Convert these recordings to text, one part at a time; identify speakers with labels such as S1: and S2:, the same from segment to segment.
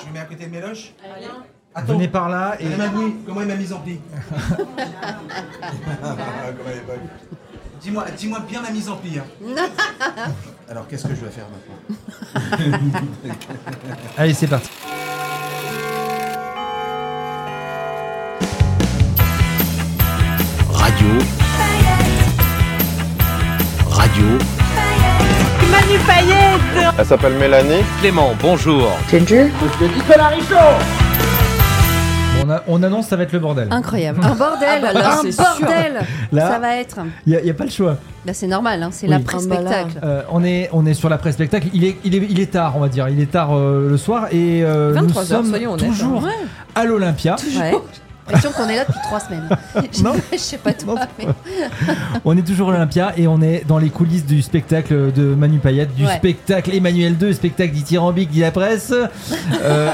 S1: Je me mets à côté de mes loches. Attends,
S2: Venez par là et.
S1: et ma bouille, comment elle m'a mise en pli Ah, Comme à l'époque. Dis-moi, dis-moi bien ma mise en pli. hein. Alors qu'est-ce que je dois faire maintenant
S2: Allez, c'est parti.
S3: Radio. Radio.
S4: Elle s'appelle Mélanie.
S2: Bon, on, a- on annonce, ça va être le bordel.
S5: Incroyable. Ah bah Un bordel, alors, un bordel.
S2: Là-
S5: Ça va être.
S2: Il n'y a, pas le choix.
S5: Là, c'est normal, hein, c'est
S2: Oui.
S5: l'après-spectacle.
S2: Euh, on, est, on est sur l'après-spectacle. Il est, il, est, il est tard, on va dire. Il est tard euh, le soir et euh, nous
S6: 23 heures,
S2: sommes
S6: soyons honnêtes,
S2: toujours
S6: hein.
S2: à l'Olympia.
S5: Ouais. L'impression qu'on est là depuis trois semaines. Je-
S2: Non.
S5: Je sais pas toi,
S2: Non.
S5: mais
S2: On est toujours à l'Olympia et on est dans les coulisses du spectacle de Manu Payette, du
S5: Ouais.
S2: spectacle Emmanuel 2, spectacle dithyrambique, dit la presse. Euh,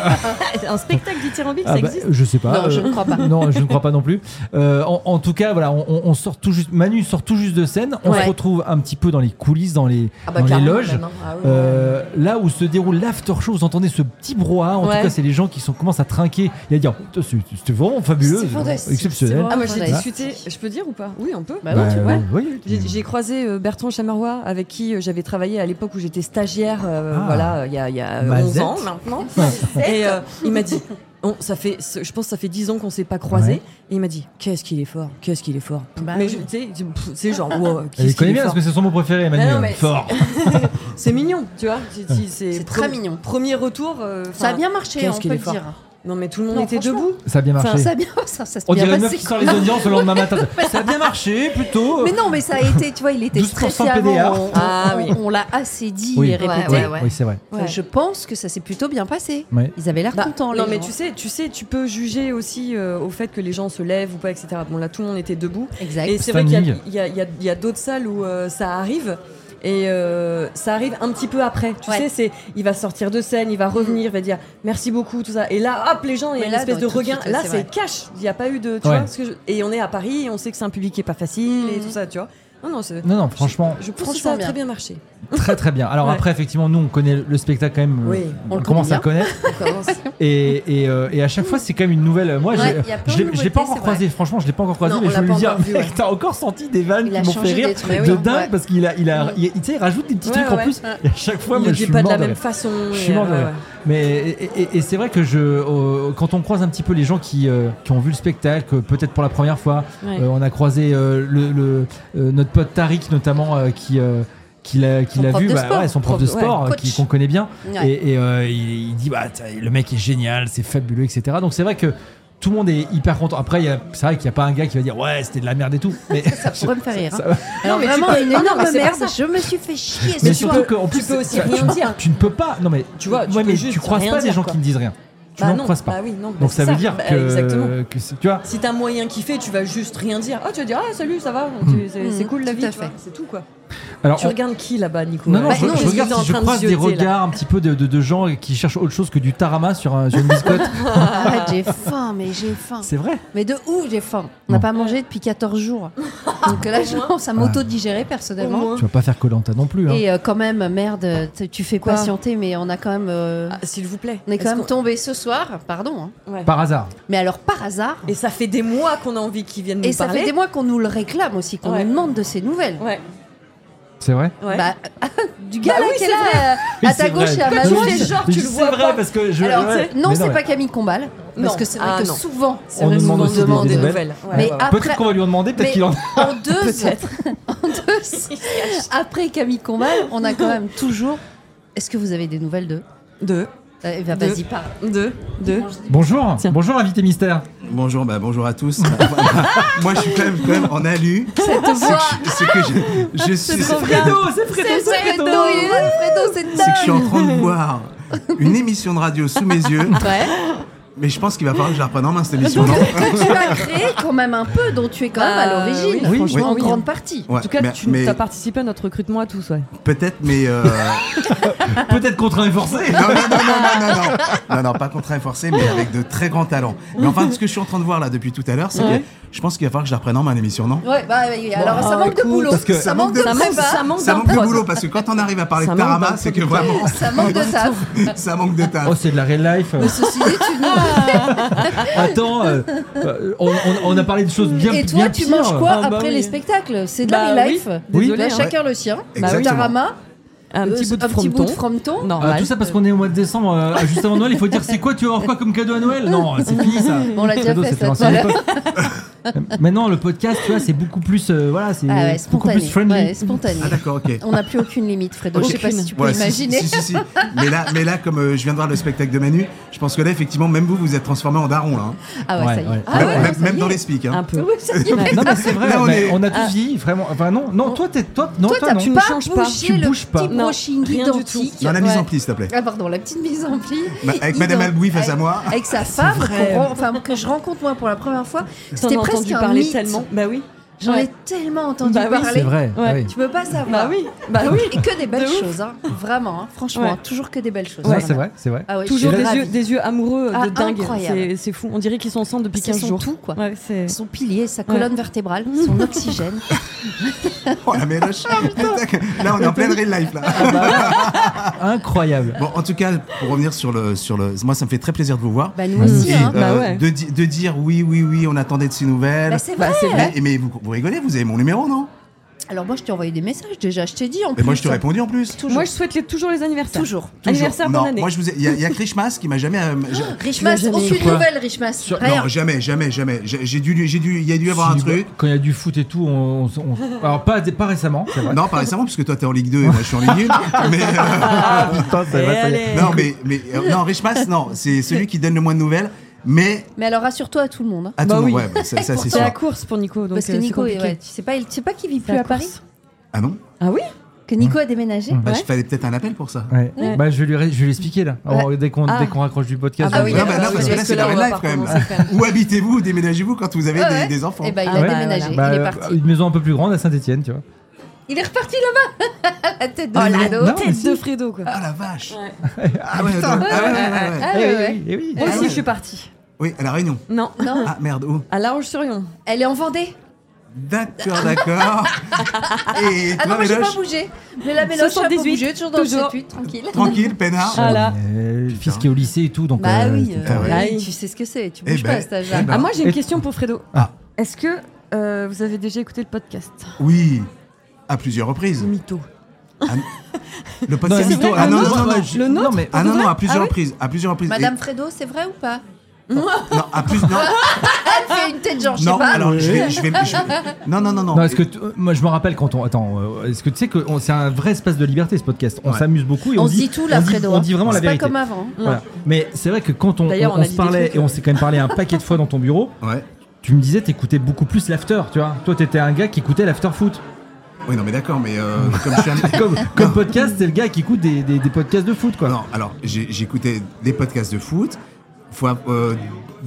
S6: Un spectacle dithyrambique,
S2: Ah
S6: ça
S2: bah,
S6: existe
S2: je sais pas.
S5: Non, je
S2: euh,
S5: ne crois pas.
S2: Non, je ne crois pas non plus. Euh, en, en tout cas, voilà, on, on sort tout juste. Manu sort tout juste de scène. On
S5: Ouais.
S2: se retrouve un petit peu dans les coulisses, dans les,
S6: Ah bah,
S2: dans les
S6: clairement,
S2: loges.
S6: maintenant. Ah oui,
S2: Euh, là où se déroule l'after show, vous entendez ce petit brouhaha. En
S6: Ouais.
S2: tout cas, c'est les gens qui sont, commencent à trinquer et à dire oh, c'est- C'était vraiment fabuleux,
S5: C'est fantastique, c'est
S2: exceptionnel.
S5: vraiment-
S6: Ah, moi j'ai
S5: Attendez.
S6: discuté, je peux dire ou pas Oui, on peut.
S5: Bah oui,
S2: Bah,
S5: tu
S2: euh,
S5: vois.
S2: oui,
S6: J'ai j'ai croisé euh, Bertrand Chamerois avec qui euh, j'avais travaillé à l'époque où j'étais stagiaire, euh,
S2: Ah.
S6: voilà, euh, il y a, il y a euh, 11
S2: Mazette.
S6: ans maintenant. Et euh, il m'a dit, on- ça fait, ce- je pense que ça fait 10 ans qu'on s'est pas croisés.
S2: Ouais.
S6: Et il m'a dit, qu'est-ce qu'il est fort, qu'est-ce qu'il est fort.
S5: Bah
S6: mais
S5: oui.
S6: je- tu sais, tu- pff, c'est genre, wow,
S2: Elle les
S6: qu'est-ce qu'il
S2: connaît
S6: est
S2: bien parce
S6: fort.
S2: que c'est son mot préféré,
S6: Non, non,
S2: Emmanuel.
S6: mais
S2: Fort.
S6: C'est mignon, tu vois. C'est- C'est
S5: C'est
S6: c'est
S5: très
S6: pre-
S5: mignon.
S6: Premier retour. euh,
S5: Ça a
S6: enfin,
S5: bien marché,
S6: qu'est-ce
S5: on peut
S6: qu'il
S5: le
S6: est fort.
S5: dire.
S6: Non, mais tout le monde
S5: Non,
S6: était
S5: franchement.
S6: debout.
S2: Ça a bien marché.
S5: Ça a bien, ça, ça s'est
S2: On
S5: bien
S2: dirait une meuf
S5: passé,
S2: qui sort
S5: quoi.
S2: les audiences le lendemain matin. Ça a bien marché, plutôt.
S5: Mais non, mais ça a été, tu vois, il était
S2: 12%
S5: stressé
S2: PDA.
S5: avant. On, on-
S6: Ah oui.
S5: on l'a assez dit
S2: Oui.
S5: et répété.
S2: Oui, oui, c'est vrai.
S5: Enfin, Je pense que ça s'est plutôt bien passé.
S2: Ouais.
S5: Ils avaient l'air
S6: Bah,
S5: contents.
S6: non
S5: les
S2: hein.
S6: mais
S5: gens.
S6: tu sais, tu sais, tu peux juger aussi euh, au fait que les gens se lèvent ou pas, etc. Bon là, tout le monde était debout.
S5: Exact.
S6: Et c'est vrai qu'il y a-
S2: Standing.
S6: il y a, il y a- il y a d'autres salles où euh, ça arrive. Et euh, ça arrive un petit peu après. Tu
S5: Ouais.
S6: sais, c'est il va sortir de scène,
S2: Mm.
S6: il va revenir, il va dire merci beaucoup, tout ça. Et là, hop, les gens, il y a
S5: Mais
S6: une
S5: là,
S6: espèce
S5: non,
S6: de
S5: tout de
S6: regain.
S5: suite, ouais,
S6: là,
S5: c'est
S6: c'est
S5: vrai.
S6: cash. Il n'y a pas eu de. Tu
S2: Ouais. Mm.
S6: vois, ce que je- Et on est à Paris, et on sait que c'est un public qui est pas facile et
S5: Mhm.
S6: tout ça, tu vois. Non, non, c'est-
S2: Non, non, franchement,
S6: Je pense que
S5: Franchement
S6: ça a
S5: bien.
S6: très bien marché.
S2: très très bien. Alors
S6: Ouais.
S2: après, effectivement, nous on connaît le spectacle quand même. euh,
S6: Oui,
S2: on,
S5: on le
S2: commence
S5: connaît
S2: à connaître.
S6: Commence.
S2: Et, et, euh, et à chaque fois, c'est quand même une nouvelle. Moi,
S5: Ouais,
S2: j'ai-
S5: y a plein
S2: je
S5: de
S2: l'ai- je l'ai
S5: nouveautés,
S2: pas encore
S5: c'est
S2: croisé. Franchement, je l'ai pas encore croisé.
S6: Non,
S2: mais
S6: on
S2: je
S6: l'a
S2: voulais
S6: pas
S2: dire,
S6: encore vu,
S2: mec,
S6: ouais.
S2: t'as encore senti des vannes
S5: Il
S2: qui
S5: a
S2: m'ont
S5: changé
S2: fait rire
S5: des trucs,
S2: de
S5: ouais.
S2: dingue
S5: Ouais.
S2: parce qu'il a, il a, il- tu sais, il rajoute des petits
S6: Ouais,
S2: trucs en
S6: ouais.
S2: plus. Et à chaque fois,
S6: Il
S2: moi, je
S6: n'était
S2: suis
S6: pas de
S2: mort
S6: la
S2: de
S6: même
S2: rire.
S6: façon.
S2: Je
S6: et,
S2: suis mort de
S6: euh, ouais,
S2: rire.
S6: ouais.
S2: Mais et, et- et c'est vrai que je, euh, quand on croise un petit peu les gens qui, euh, qui ont vu le spectacle, que peut-être pour la première fois,
S6: Ouais.
S2: euh, on a croisé euh, le, le- euh, notre pote Tariq notamment euh, qui euh, qui l'a qui
S5: Son
S2: l'a
S5: prof
S2: vu,
S5: de
S2: bah
S5: sport.
S2: ouais, son prof
S6: Prof-
S2: de
S6: ouais,
S2: sport euh,
S5: coach.
S2: qui- qu'on connaît bien,
S5: Ouais.
S2: et, et, euh, il, il dit bah t'as- le mec est génial, c'est fabuleux, etc. Donc c'est vrai que tout le monde est hyper content. Après, il y a- c'est vrai qu'il n'y a pas un gars qui va dire ouais c'était de la merde et tout, mais
S5: Ça pourrait me faire rire. hein.
S2: ça va.
S5: Alors,
S6: mais tu
S5: vraiment,
S6: peux-
S5: une
S6: non, non, mais
S5: énorme
S6: c'est pas
S5: merde. Je
S6: ça.
S5: me suis fait chier ce
S2: mais
S5: soir.
S2: surtout qu'en plus
S6: tu peux aussi
S2: tu-
S6: rien
S2: tu-
S6: dire.
S2: tu ne peux pas. Non mais
S6: Tu vois, tu
S2: ouais,
S6: peux
S2: mais
S6: juste
S2: tu croises
S6: rien
S2: pas des
S6: dire,
S2: gens
S6: quoi.
S2: qui ne disent rien. Tu
S6: Bah
S2: n'en
S6: non,
S2: croises pas.
S6: bah oui, non, bah
S2: Donc ça
S6: c'est
S2: veut dire
S6: Bah,
S2: que,
S6: exactement.
S2: que c'est- tu vois.
S6: Si t'as moyen kiffé, tu vas juste rien dire. Ah, tu vas dire ah salut, ça va, tu- c'est c'est cool la
S5: tout
S6: vie,
S5: à
S6: tu
S5: fait.
S6: vois. C'est Hmm, tout quoi.
S2: Alors
S6: Tu
S2: on-
S6: regardes qui là-bas, Nico
S2: Non, non,
S5: Bah
S2: je,
S5: non,
S2: je
S5: ils
S2: regarde
S6: sont en
S2: si je
S6: train de
S2: croise des
S6: zioter, là.
S2: regards un petit peu de, de, de gens qui cherchent autre chose que du tarama sur, un, sur une biscotte.
S5: Arrête, Ah, j'ai faim, mais j'ai faim.
S2: C'est vrai.
S5: Mais de où j'ai faim On n'a
S2: Non.
S5: pas mangé depuis 14 jours. Donc euh, là, je pense à m'auto-digérer
S6: Au
S5: personnellement.
S6: moins.
S2: Tu vas pas faire Colanta non plus. Hein.
S5: Et euh, quand même, merde, tu- tu fais
S6: Quoi
S5: patienter, mais on a quand même. euh,
S6: Ah, S'il vous plaît.
S5: on est quand
S6: Est-ce
S5: même
S6: qu'on-
S5: tombé ce soir, pardon. hein.
S6: Ouais.
S2: Par hasard.
S5: Mais alors, par hasard,
S6: Et ça fait des mois qu'on a envie qu'ils viennent
S5: et,
S6: nous
S5: ça
S6: parler.
S5: fait des mois qu'on nous le réclame aussi, qu'on
S6: Ouais.
S5: nous demande de ces nouvelles.
S6: Ouais.
S2: C'est vrai.
S6: ouais.
S5: Bah, du gars
S6: Bah
S5: là
S6: oui,
S5: qui est
S6: c'est
S5: là, euh,
S2: Oui,
S5: à
S2: c'est
S5: ta gauche
S2: vrai.
S5: et à ma
S2: Je
S6: Comment
S5: gauche.
S2: dis-
S6: les gens,
S2: je
S6: tu
S2: dis
S6: le vois
S2: C'est
S6: pas
S2: vrai parce que je.
S5: Alors,
S2: ouais.
S5: non,
S2: Mais
S5: c'est
S2: mais-
S5: pas Camille Combal, parce
S6: Non.
S5: que c'est vrai
S6: Ah,
S5: que
S6: non.
S5: souvent,
S6: C'est
S2: on
S6: vrai
S2: nous
S6: qu'on
S2: demande aussi des-
S6: demande
S2: des
S6: des
S2: nouvelles.
S6: nouvelles. Ouais,
S5: Mais
S6: ouais, ouais.
S5: ah,
S2: Peut-être
S5: après-
S2: qu'on va lui en demander. Peut-être
S5: mais-
S2: qu'il en.
S5: en deux,
S6: Peut-être.
S5: en deux, après Camille Combal, on a quand même toujours. Est-ce que vous avez des nouvelles d'eux
S6: Deux.
S5: Eh ben,
S6: Deux.
S5: vas-y, parle.
S6: Deux, deux.
S2: Bonjour,
S6: Tiens.
S2: bonjour invité mystère.
S1: Bonjour, bah bonjour à tous. Moi, je suis quand même, quand même en alu.
S5: Cette voix.
S1: C'est que je, je suis.
S6: trop
S1: c'est-
S6: bien.
S2: c'est
S5: C'est Fredo, il est là, Fredo, c'est
S1: C'est que je suis en
S5: dingue.
S1: train de voir une émission de radio sous mes yeux.
S5: Ouais.
S1: Mais je pense qu'il va falloir que je la reprenne en main cette émission.
S5: Donc,
S1: non
S5: que tu as créé quand même un peu, dont tu es quand même à
S6: Bah,
S5: l'origine,
S2: oui,
S5: franchement,
S6: oui.
S5: en
S6: Oui.
S5: grande partie.
S1: Ouais,
S6: En tout cas,
S1: mais-
S6: tu
S1: mais
S6: as participé à notre recrutement à tous, ouais.
S1: peut-être, mais euh,
S2: Peut-être contraint et forcé.
S1: non, non, non, non, non, non, non, non, non, pas contraint et forcé, mais avec de très grands talents. Mais enfin, ce que je suis en train de voir là depuis tout à l'heure, c'est
S6: Ouais.
S1: que je pense qu'il va falloir que je la reprenne en main l'émission, non
S5: Ouais, bah, oui, alors ça
S6: bah,
S5: manque de
S6: écoute,
S5: boulot.
S2: parce que-
S5: ça manque de
S6: ça manque, ça
S5: prépa.
S6: manque
S1: Ça manque de
S6: d'improd.
S1: boulot parce que quand on arrive à parler
S6: Ça
S1: de
S6: manque
S1: Tarama,
S6: d'un
S1: c'est que
S6: peu de
S1: vraiment,
S5: Ça manque de taf.
S1: ça manque de taf.
S2: Oh, c'est de la real life.
S5: Ceci dit, tu nous-
S2: Attends, euh, euh, on, on- on a parlé de choses bien
S5: Et toi,
S2: bien
S5: tu
S2: pires.
S5: manges quoi
S6: Ah, bah
S5: après
S6: oui.
S5: les spectacles C'est de la
S6: Bah
S5: real
S6: oui,
S5: life.
S2: Oui.
S5: Là,
S6: désolé, hein.
S5: chacun le sien.
S1: Exactement.
S5: Tarama,
S6: Un petit
S5: euh,
S6: bout de
S5: un petit bout de
S6: frometon.
S5: frometon.
S2: Ah,
S6: Normal.
S2: tout ça parce qu'on est au mois de décembre, euh, juste avant Noël, il faut dire c'est quoi, tu vas avoir quoi comme cadeau à Noël Non, c'est fini ça.
S5: On l'a déjà
S2: Cadeau,
S5: fait,
S2: c'était
S5: ça,
S2: l'ancienne
S5: tout à
S2: époque. Euh, Maintenant, le podcast, tu vois, c'est beaucoup plus, euh, voilà, c'est
S5: Ah ouais,
S2: beaucoup
S5: spontané.
S2: plus friendly.
S5: Ouais, spontané.
S1: Ah d'accord, ok.
S5: On n'a plus aucune limite, Fredo. Je sais pas
S6: Aucune.
S5: si tu peux
S1: Ouais, si,
S5: imaginer.
S1: Si, si, si. Mais là, mais là, comme euh, je viens de voir le spectacle de Manu, je pense que là, effectivement, même vous, vous êtes transformé en daron, là. hein.
S5: Ah ouais, ça y est.
S2: Ouais, ouais.
S5: Ah
S1: même
S5: ouais,
S1: même-
S5: ça
S1: même
S5: y
S1: dans
S5: est.
S1: les speaks.
S6: Un
S1: Hein.
S6: peu.
S5: Oui, ça y est.
S2: Non, mais c'est vrai,
S1: Là, on
S2: mais
S1: est-
S2: on a tous vieilli, vraiment. Enfin, non, non, toi, t'es toi, non, toi,
S5: Ah. Toi, t'as
S2: non.
S5: tu
S6: ne
S5: pas
S6: changes pas.
S5: bougé
S2: Tu
S5: le
S2: bouges pas.
S5: petit
S6: Non,
S5: brushing
S6: rien du tout. Bah,
S5: identique.
S1: Dans la mise
S5: Ouais.
S1: en pli, s'il te plaît.
S5: Ah pardon, la petite mise en pli.
S1: Ma- avec
S5: Ident-
S1: Madame Alboui face à moi.
S5: Avec sa femme,
S6: vrai.
S5: qu'on ren- enfin, que je rencontre moi pour la première fois.
S6: T'en
S5: C'était
S6: as
S5: presque
S6: entendu
S5: un
S6: parler
S5: mythe.
S6: tellement. Bah oui.
S5: J'en
S6: Ouais.
S5: ai tellement entendu
S6: Bah oui,
S5: parler.
S2: C'est vrai. ah
S6: Ouais.
S2: oui.
S5: Tu peux pas savoir.
S6: Bah oui. Bah oui.
S5: Et que des belles
S6: De ouf.
S5: choses, hein. vraiment, hein. franchement,
S6: Ouais.
S5: toujours que des belles choses. Voilà.
S2: Ouais, c'est vrai, c'est vrai.
S5: Ah ouais,
S6: Toujours
S5: je
S6: des
S5: suis
S6: yeux,
S5: ravie.
S6: des yeux amoureux euh,
S5: Ah,
S6: de dingue.
S5: incroyable.
S6: C'est- C'est fou. On dirait qu'ils sont ensemble depuis
S5: C'est
S6: 15
S5: son
S6: jours.
S5: tout, quoi.
S6: Ouais, c'est.
S5: Son pilier, sa colonne vertébrale, son oxygène.
S1: Oh la méloche. Là, on est en pleine real life, là.
S2: Incroyable.
S1: Bon, en tout cas, pour revenir sur le, sur le, moi, ça me fait très plaisir de vous voir.
S5: Bah nous aussi,
S1: Et,
S5: hein.
S6: Bah
S1: euh,
S6: ouais.
S1: de, di- de dire oui, oui, oui, on attendait de ces nouvelles.
S5: Bah, c'est
S6: Bah,
S5: vrai.
S6: c'est vrai.
S1: mais mais vous, vous rigolez, vous avez mon numéro, non
S5: Alors moi je t'ai envoyé des messages déjà, je t'ai dit en
S1: Et
S5: plus. hein.
S1: moi, je te répondu en plus.
S5: Toujours.
S6: Moi, je souhaite les- toujours les anniversaires.
S5: Toujours.
S6: Anniversaire,
S1: non,
S6: bonne année.
S1: Moi, je vous ai- il y, a- il y a Krishmas qui m'a jamais. euh, j'a-
S5: Richmas,
S6: Tu l'as jamais
S5: aucune
S2: eu, quoi.
S5: nouvelle Richmas.
S2: Sur-
S5: Rien.
S1: non, jamais, jamais, jamais. J'ai j'ai dû, j'ai dû, il y a dû avoir un
S2: Si,
S1: truc.
S2: Quand il y a du foot et tout, on, on- on- alors pas, pas récemment, c'est vrai.
S1: Non, pas récemment, parce que toi, t'es en Ligue 2 et moi, je suis en Ligue 1. mais, euh,
S2: Putain, c'est
S6: Et
S2: vrai, ça y est.
S6: allez.
S1: non, mais, mais euh, non, Richmas, non, c'est celui qui donne le moins de nouvelles, mais
S5: Mais alors rassure-toi à tout le monde. hein.
S1: à
S6: Bah
S1: tout le
S6: oui.
S1: monde, ouais, bah, ça, ça, c'est
S6: C'est la
S1: sûr.
S6: course pour Nico. Donc
S5: Parce que
S6: euh, c'est
S5: Nico, est-
S6: compliqué.
S5: ouais, tu sais pas, il- tu sais pas qu'il vit
S6: C'est
S5: plus
S6: la
S5: à Paris
S6: course.
S1: Ah non
S6: Ah oui
S5: Que Nico a déménagé
S2: Mmh.
S1: bah,
S5: Ouais.
S1: Je fallait peut-être un appel pour ça.
S2: Ouais.
S6: Ouais.
S2: Bah, je vais lui, ré- je vais lui expliquer là. Alors, dès qu'on
S6: Ah.
S2: dès qu'on raccroche du podcast.
S5: Ah
S2: je-
S5: oui,
S1: Non,
S5: d'accord,
S1: bah,
S5: oui,
S1: non, parce que là,
S5: parce
S1: c'est
S5: que
S1: la vraie
S5: là, on va
S1: life
S5: pas
S1: quand même.
S5: recommencer
S1: là. Où habitez-vous, déménagez-vous quand vous avez
S5: Ouais,
S1: des,
S5: ouais.
S1: des enfants
S5: Eh ben, il
S6: Ah
S5: a
S6: bah,
S5: déménagé,
S2: Bah,
S5: il est
S2: euh,
S5: parti.
S2: Une maison un peu plus grande à Saint-Etienne, tu vois.
S5: Il est reparti là-bas La tête de
S2: Ah,
S5: Fredo.
S2: non, non, mais
S6: Tête
S2: si.
S6: de Fredo, quoi.
S1: Ah la vache Ah ouais, donc- ah ouais, ouais, ouais, ouais.
S5: Ah, ouais,
S2: Eh oui,
S5: ouais.
S2: eh oui.
S6: Moi
S1: ouais.
S6: aussi, je suis partie.
S1: Oui, à la Réunion.
S6: Non.
S5: Non,
S1: Ah merde, où
S6: À La Roche-sur-Yon.
S5: elle est en Vendée.
S1: D'accord, d'accord. Et
S5: Ah
S1: toi,
S5: non, moi j'ai pas
S1: Méloche
S5: bougé. Mais la mélange a pas
S6: 78,
S5: bougé, toujours dans le
S6: toujours.
S5: 78, tranquille.
S1: Tranquille, peinard.
S6: Ah là.
S2: Euh, le fils
S1: Putain.
S2: qui est au lycée et tout, donc.
S5: Bah
S2: euh,
S5: oui,
S2: c'est-
S5: euh,
S1: ouais.
S5: bah
S6: Ouais.
S5: oui, tu sais ce que c'est, tu
S1: Eh
S5: bouges
S1: ben,
S5: pas à cet âge-là.
S1: eh ben.
S6: Ah, moi, j'ai
S2: Et-
S6: une question pour Fredo.
S2: Ah.
S6: Est-ce que euh, vous avez déjà écouté le podcast
S1: Oui, à plusieurs reprises.
S6: Mytho.
S1: Ah, le
S2: Non,
S1: podcast.
S2: mais
S6: mytho, vrai,
S1: ah
S6: le
S1: non, non,
S6: nôtre,
S1: non, non.
S2: euh, je-
S6: Le nôtre
S2: non, mais-
S1: Ah non, non, à
S6: Ah
S1: plusieurs
S6: oui
S1: reprises. À plusieurs reprises. Et-
S5: Madame Fredo, c'est vrai ou pas
S1: Non, à plus. Non,
S5: Elle fait une tête genre, je sais
S1: non
S5: pas.
S1: alors je vais, je vais. je vais- Non, non, non, non.
S2: Non, est-ce que tu- euh, moi je me rappelle quand on attends, euh, est-ce que tu sais que on- c'est un vrai espace de liberté ce podcast. On
S1: Ouais.
S2: s'amuse beaucoup et on,
S5: On se dit tout
S2: on
S5: là,
S2: dit-
S5: Fredo. hein.
S2: On dit vraiment la
S5: C'est
S2: vérité.
S5: pas comme avant.
S2: Voilà. Mais c'est vrai que quand on,
S6: D'ailleurs,
S2: on-
S6: on a
S2: on
S6: dit
S2: se
S6: des
S2: parlait
S6: trucs,
S5: euh.
S2: et on s'est quand même parlé un paquet de fois dans ton bureau,
S1: Ouais.
S2: tu me disais t'écoutais beaucoup plus l'after, tu vois. Toi t'étais un gars qui écoutait l'after foot.
S1: Oui, non, mais d'accord, mais euh, comme je suis un-
S2: Comme,
S5: Ah.
S2: comme podcast, c'est le gars qui écoute des, des- des podcasts de foot quoi.
S1: Bah Non, alors j'ai- j'écoutais des podcasts de foot. Faut, euh,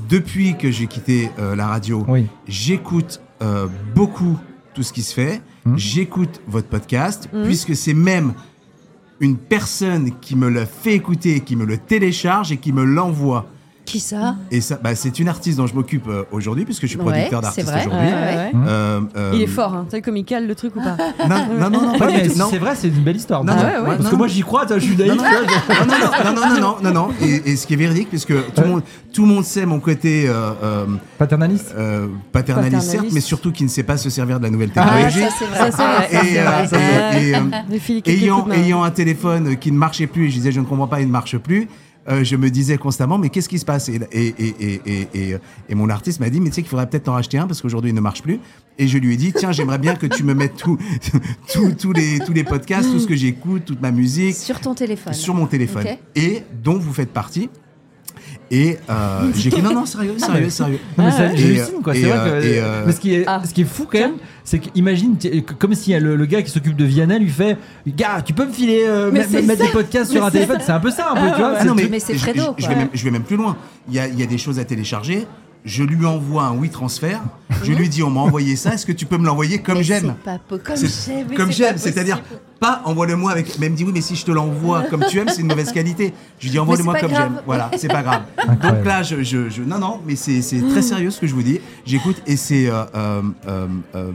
S1: depuis que j'ai quitté euh, la radio,
S2: Oui.
S1: j'écoute euh, beaucoup tout ce qui se fait.
S2: Mmh.
S1: J'écoute votre podcast,
S5: Mmh.
S1: puisque c'est même une personne qui me le fait écouter, qui me le télécharge et qui me l'envoie.
S5: Qui ça
S1: Et ça, bah, c'est une artiste dont je m'occupe euh, aujourd'hui, puisque je suis producteur
S5: Ouais, c'est
S1: d'artiste
S5: vrai.
S1: aujourd'hui.
S5: Ouais, ouais.
S2: Mmh.
S1: Euh, euh,
S6: Il est fort, hein. Tu sais, comme il cale le truc ou pas
S1: Non, non, non, non,
S2: Ouais,
S1: pas
S2: mais
S1: du tout, non.
S2: c'est vrai, c'est une belle histoire.
S1: Non,
S2: ça.
S1: non, Ah ouais, ouais,
S2: Parce
S1: non,
S2: que moi
S1: non.
S2: j'y crois, toi, je suis naïf.
S1: Non, non,
S2: tu vois,
S1: non, non, non, non, non, non, non. Et, et ce qui est véridique, puisque tout le monde, tout le monde sait mon côté euh, euh,
S2: Paternaliste.
S1: euh, paternaliste, certes,
S6: Paternaliste.
S1: mais surtout qui ne sait pas se servir de la nouvelle
S5: Ah,
S1: technologie.
S5: ça c'est vrai.
S6: Ça, c'est
S1: et,
S6: vrai, ça,
S1: euh,
S6: c'est vrai.
S1: et, et, euh,
S6: Les filles qui
S1: ayant,
S6: écoutent,
S1: ayant un téléphone qui ne marchait plus, et je disais je ne comprends pas, il ne marche plus. euh, je me disais constamment, mais qu'est-ce qui se passe et, et, et, et, et, et- et mon artiste m'a dit, mais tu sais qu'il faudrait peut-être en racheter un parce qu'aujourd'hui il ne marche plus. Et je lui ai dit, tiens, j'aimerais bien que tu me mettes tout, tout- tous les, tous les podcasts, tout ce que j'écoute, toute ma musique,
S5: Sur ton téléphone.
S1: sur mon téléphone.
S5: Ok.
S1: Et dont vous faites partie. Et euh, j'ai non, non, sérieux, sérieux, sérieux.
S2: Non, mais ça,
S1: Et,
S2: j'hallucine, quoi.
S1: Ah et,
S2: C'est vrai
S1: euh,
S2: que-
S1: et, euh,
S2: mais ce qui, est,
S6: Ah.
S2: ce qui est fou quand même, c'est qu'imagine, comme si euh, le, le gars qui s'occupe de Viana lui fait Gars, tu peux me filer, euh,
S6: Mais
S2: me-
S6: c'est
S2: me mettre
S6: ça.
S2: des podcasts sur un téléphone C'est un peu ça, un peu, tu vois.
S1: Ah
S2: c'est-
S1: non,
S5: mais c'est
S1: je-
S5: Fredo,
S1: je- Je,
S5: quoi.
S1: vais même, je vais même plus loin. Il y a, il y a des choses à télécharger. Je lui envoie un oui transfert. Je lui dis, on m'a envoyé ça. Est-ce que tu peux me l'envoyer comme
S5: Mais
S1: j'aime
S5: c'est pas po- Comme
S1: C'est-
S5: j'aime.
S1: Comme
S6: c'est
S1: j'aime,
S6: pas
S1: c'est-à-dire pas envoie-le-moi avec. Mais elle me dit oui, mais si je te l'envoie comme tu aimes, c'est une mauvaise qualité. Je lui dis envoie-le-moi
S5: Mais c'est
S1: comme
S5: pas
S1: j'aime.
S5: grave.
S1: Voilà, c'est pas grave.
S2: Incroyable.
S1: Donc là, je, je- je- non, non, mais c'est c'est
S5: Mm.
S1: très sérieux ce que je vous dis. J'écoute et c'est euh, euh, euh, euh,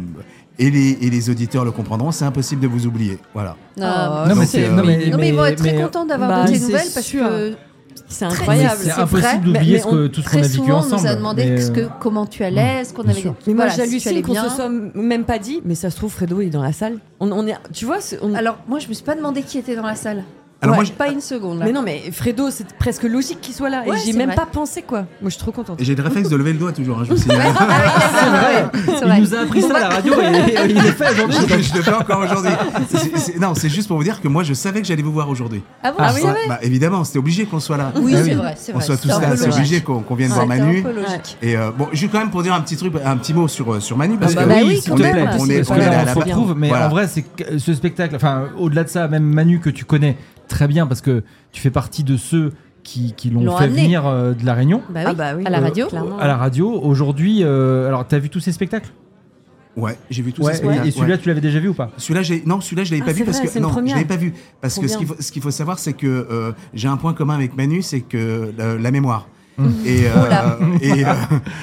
S1: et les et les auditeurs le comprendront. C'est impossible de vous oublier. Voilà.
S6: Ah,
S2: Non, mais
S1: Donc,
S2: c'est-
S1: euh,
S2: non, mais-
S5: Non, mais ils vont être très
S2: mais- euh,
S5: contents d'avoir
S6: Bah,
S5: de tes
S6: c'est
S5: nouvelles parce
S6: sûr.
S5: que
S6: C'est
S5: très-
S2: mais
S6: incroyable.
S2: c'est
S5: c'est vrai,
S2: impossible
S6: mais-
S2: d'oublier
S6: mais
S2: ce que- tout ce qu'on a
S5: très
S2: vécu
S5: souvent on
S2: ensemble.
S5: nous a demandé
S2: mais,
S5: qu'est-ce que,
S2: euh,
S5: comment tu allais, ce qu'on
S2: bien
S5: avait.
S2: sûr.
S6: Mais moi,
S5: voilà, si tu
S6: j'hallucine
S5: allais
S6: qu'on
S5: bien.
S6: se soit m- même pas dit, mais ça se trouve, Fredo il est dans la salle. On, on est, tu vois, c'est- on-
S5: Alors, moi, je me suis pas demandé qui était dans la salle.
S1: Alors
S5: Ouais,
S1: moi, j'ai-
S5: pas une seconde. Là.
S6: mais non, mais Fredo, c'est presque logique qu'il soit là.
S5: Ouais,
S6: et j'y ai
S5: c'est
S6: même
S5: vrai.
S6: pas pensé, quoi. Moi, je suis trop contente.
S1: j'ai le réflexe de lever le doigt toujours. hein, je vous signale.
S5: c'est vrai. C'est vrai.
S2: Il nous a appris ça à la radio et, et il est fait aujourd'hui.
S1: je, je le fais encore aujourd'hui. C'est- c'est- Non, c'est juste pour vous dire que moi, je savais que j'allais vous voir aujourd'hui.
S5: Ah bon,
S2: Ah
S5: c'est
S1: Ouais,
S5: vrai
S1: bah, évidemment, c'était obligé qu'on soit là.
S5: Oui,
S1: Ah
S5: c'est vrai, c'est
S1: On
S5: vrai,
S1: soit tous
S5: c'était un
S1: là,
S5: peu
S1: c'est
S5: logique.
S1: obligé qu'on qu'on vienne
S5: C'était
S1: voir
S5: un
S1: Manu.
S5: peu logique.
S1: Et euh, bon, je vais quand même pour dire un petit truc, un petit mot sur euh, sur Manu parce
S6: bah
S1: que
S6: oui,
S1: on
S5: Ah oui,
S1: est-
S5: quand
S1: on
S5: même.
S1: est on est
S2: Parce
S1: on
S2: que
S1: est
S2: là,
S1: à
S2: on
S1: la
S2: se retrouve, mais
S1: Voilà.
S2: en vrai, c'est que ce spectacle, enfin, au-delà de ça, même Manu que tu connais très bien parce que tu fais partie de ceux qui, qui l'ont
S5: L'ont
S2: fait
S5: amené.
S2: venir euh, de la Réunion.
S5: Bah oui,
S6: Ah bah oui.
S5: à la
S6: Euh,
S5: radio.
S6: clairement.
S2: À la radio, aujourd'hui, euh, alors t'as vu tous ces spectacles
S1: Ouais, j'ai vu tous
S2: Ouais,
S1: ces
S2: et-
S1: spectacles.
S2: Et celui-là,
S1: ouais.
S2: tu l'avais déjà vu ou pas
S1: Celui-là, j'ai non, celui-là, je l'avais
S6: Ah,
S1: pas vu
S6: c'est
S1: parce
S6: vrai,
S1: que
S6: c'est une
S1: non, je
S6: première.
S1: l'avais pas vu parce
S6: Trop
S1: que ce qu'il
S6: bien.
S1: faut, ce qu'il faut savoir, c'est que euh, j'ai un point commun avec Manu, c'est que euh, la, la mémoire
S6: Mmh.
S1: et euh,
S5: là.
S1: et, euh,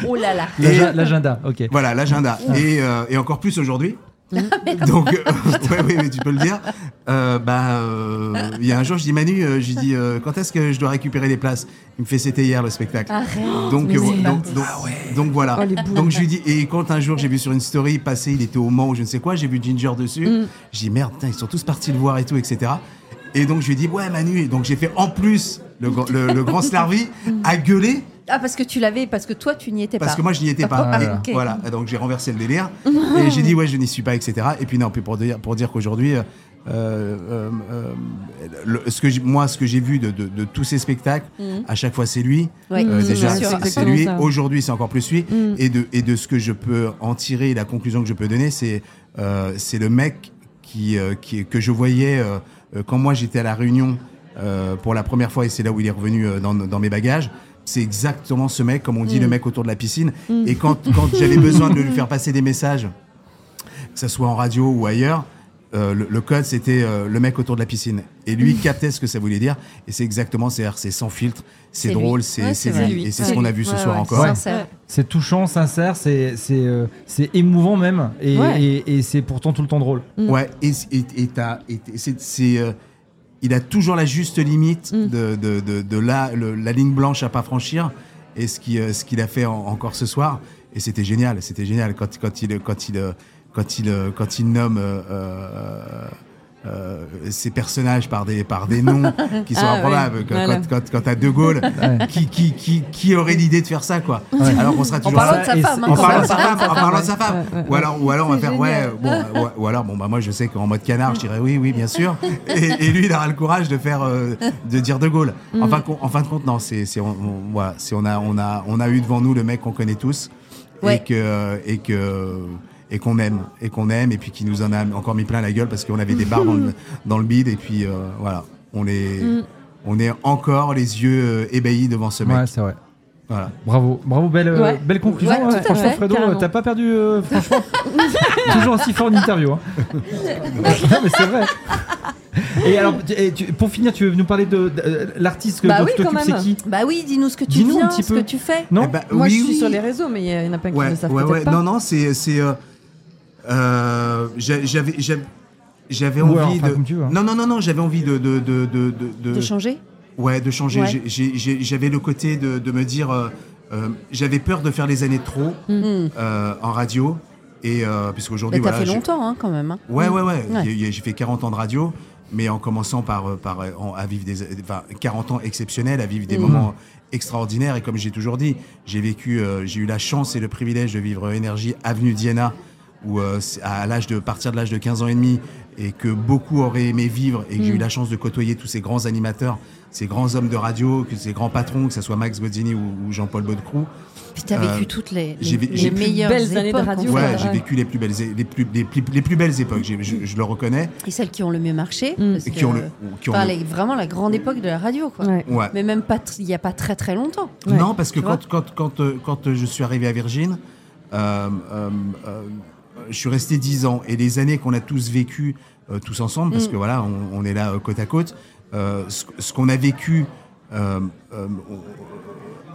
S5: Oh là là.
S1: Et-
S2: L'agenda- L'agenda, ok.
S1: Voilà, l'agenda. Et, euh, et encore plus aujourd'hui. Donc, euh, ouais, ouais, mais tu peux le dire. Euh, bah, euh, il y a un jour, je dis Manu, euh, je lui dis euh, quand est-ce que je dois récupérer les places Il me fait c'était hier le spectacle. Donc, euh,
S5: mais c'est
S1: donc,
S5: pas
S1: donc, donc voilà.
S6: Oh, les boules.
S1: donc je lui dis et quand un jour j'ai vu sur une story passer, il était au Mans ou je ne sais quoi, j'ai vu Ginger dessus. Je dis merde, putain, ils sont tous partis le voir et tout, etc. Et donc je lui dis ouais Manu. Et donc j'ai fait en plus le, gr- le- le grand Slarvy à gueuler.
S5: Ah, parce que tu l'avais, parce que toi, tu n'y étais
S1: Parce
S5: pas.
S1: que moi, je n'y étais pas.
S5: Ah,
S1: Et
S5: ok.
S1: Voilà, donc j'ai renversé le délire. et j'ai dit, ouais, je n'y suis pas, etc. Et puis, non, puis pour dire, pour dire qu'aujourd'hui, euh, euh, euh, le- ce que j'ai- moi, ce que j'ai vu de, de- de tous ces spectacles, à chaque fois, c'est lui.
S5: Mhm. Ouais,
S1: Euh,
S5: c'est
S1: déjà,
S5: sûr,
S1: c'est-
S5: Mm.
S1: c'est
S6: exactement
S1: lui.
S6: ça.
S1: Aujourd'hui, c'est encore plus lui. Et, de, et de ce que je peux en tirer, la conclusion que je peux donner, c'est euh, c'est le mec qui, euh, qui, que je voyais euh, euh, quand moi j'étais à La Réunion euh, pour la première fois, et c'est là où il est revenu euh, dans, dans mes bagages. C'est exactement ce mec, comme on dit, le
S5: Mm.
S1: mec autour de la piscine. Et quand, quand j'avais besoin de lui faire passer des messages, que ce soit en radio ou ailleurs, euh, le, le code c'était euh, le mec autour de la piscine. Et lui
S5: Mm.
S1: captait ce que ça voulait dire. Et c'est exactement, c'est-à-dire, c'est sans filtre, c'est
S5: C'est
S1: drôle,
S5: lui.
S1: c'est
S5: Ouais,
S1: c'est
S5: c'est
S1: lui.
S6: vrai.
S1: Et c'est
S6: Ouais.
S1: ce qu'on a vu ce
S6: Ouais,
S1: soir
S6: ouais,
S1: encore.
S2: Ouais.
S5: Sincère.
S2: C'est touchant, sincère, c'est c'est euh, c'est émouvant même, et,
S6: Ouais.
S2: et, et c'est pourtant tout le temps drôle.
S1: Ouais, et, et, et t'as- et t'es- c'est, c'est, euh, il a toujours la juste limite de, de, de, de la, le- la ligne blanche à pas franchir et ce, qui, euh, ce qu'il a fait en- encore ce soir. Et c'était génial, c'était génial quand, quand, il, quand, il, euh, quand, il, euh, quand il nomme euh, euh, euh, ces personnages par des, par des noms qui sont
S6: Ah ouais,
S1: improbables. Quand,
S6: voilà.
S1: quand, quand, quand t'as De Gaulle, qui, qui, qui, qui aurait l'idée de faire ça, quoi Alors qu'on sera
S5: En
S1: toujours là.
S5: parlant de sa
S2: Et
S5: femme,
S2: c'est-
S5: hein,
S1: En
S5: quand
S1: parlant
S5: même.
S1: de sa femme, en parlant de sa femme.
S6: ouais, ouais.
S1: Ou alors, ou alors on va
S5: C'est
S1: faire, ouais,
S5: génial.
S1: bon, euh, ouais, ou alors, bon, bah, moi, je sais qu'en mode canard, je dirais oui, oui, bien sûr. Et, et lui, il aura le courage de faire, euh, de dire De Gaulle. En fin, de com- en fin de compte, non, c'est, c'est, on, on- voilà, c'est, on a, on a, on a eu devant nous le mec qu'on connaît tous.
S5: Ouais.
S1: Et que, et que, et qu'on aime, et qu'on aime, et puis qui nous en a encore mis plein la gueule parce qu'on avait des barres dans le, dans le bide, et puis, euh, voilà. On est, on est encore les yeux euh, ébahis devant ce mec.
S2: Ouais, c'est vrai.
S1: Voilà.
S2: Bravo, bravo, belle, euh,
S6: Ouais.
S2: belle conclusion.
S5: Ouais, tout à
S2: franchement,
S6: fait,
S2: Fredo,
S6: carrément.
S2: euh, t'as pas perdu, euh, franchement, toujours aussi fort en interview. hein. non, mais c'est vrai. Et alors, tu- et tu- pour finir, tu veux nous parler de, de- euh, l'artiste que
S6: Bah
S2: dont
S6: oui,
S2: tu t'occupes,
S6: quand
S2: c'est
S6: même.
S2: qui
S5: Bah oui, dis-nous ce que tu
S2: Dis-nous un
S5: viens,
S2: petit
S5: ce
S2: peu.
S5: que tu fais.
S2: Non
S1: Eh ben,
S6: Moi,
S1: oui,
S6: je suis
S1: oui.
S6: sur les réseaux, mais il y en a plein qui ne
S1: Ouais,
S6: le savent
S1: ouais,
S6: peut-être
S1: ouais.
S6: pas.
S1: Non, non, c'est. c'est euh, euh, j'a- j'avais. j'avais- J'avais
S2: Ou
S1: envie
S2: alors, enfin,
S1: de.
S2: comme tu veux, hein.
S1: Non, non, non, non, j'avais envie de. de, de, de, de-
S5: De changer
S1: Ouais, de changer.
S5: Ouais.
S1: J'ai- j'ai- j'ai- J'avais le côté de, de me dire. euh, euh, j'avais peur de faire les années de trop euh, en radio. Et euh, puisqu'aujourd'hui.
S5: Mais Bah, t'as
S1: voilà,
S5: fait
S1: j'ai-
S5: longtemps, hein, quand même. hein.
S1: Ouais, ouais, ouais.
S5: Ouais.
S1: Il y a- il y a- J'ai fait 40 ans de radio. mais en commençant par, euh, par euh, en- à vivre des enfin, 40 ans exceptionnels, à vivre des moments extraordinaires. Et comme j'ai toujours dit, j'ai vécu, euh, j'ai eu la chance et le privilège de vivre euh, Énergie Avenue Diana, où euh, c'est à l'âge de partir de l'âge de 15 ans et demi, et que beaucoup auraient aimé vivre, et que j'ai eu la chance de côtoyer tous ces grands animateurs, ces grands hommes de radio, que ces grands patrons, que ce soit Max Gozzini ou, ou Jean-Paul Baudecroux.
S4: Puis t'as
S1: Euh,
S4: vécu toutes les, les,
S1: j'ai vé- j'ai
S4: les
S1: plus de
S4: meilleures
S6: belles années de
S4: époques, en
S6: radio.
S4: fait.
S1: Ouais,
S6: Ouais.
S1: j'ai vécu les plus belles, é- les plus, les, plus- les plus belles époques. j'ai- Je, je le reconnais.
S4: Et celles qui ont le mieux marché.
S6: Mm.
S4: parce
S1: Et qui
S4: que-
S1: ont le, qui ont
S4: enfin,
S1: le-
S4: les- vraiment la grande époque de la radio, quoi.
S6: Ouais.
S1: ouais.
S4: Mais même pas, tr- il n'y a pas très très longtemps.
S6: Ouais,
S1: non, parce que
S4: tu vois.
S1: quand, quand, quand, euh, quand euh, je suis arrivé à Virgin, euh, euh, euh, je suis resté 10 ans. Et les années qu'on a tous vécues euh, tous ensemble,
S4: Mm.
S1: parce que voilà, on, on est là euh, côte à côte, euh, ce, ce qu'on a vécu euh, euh, on-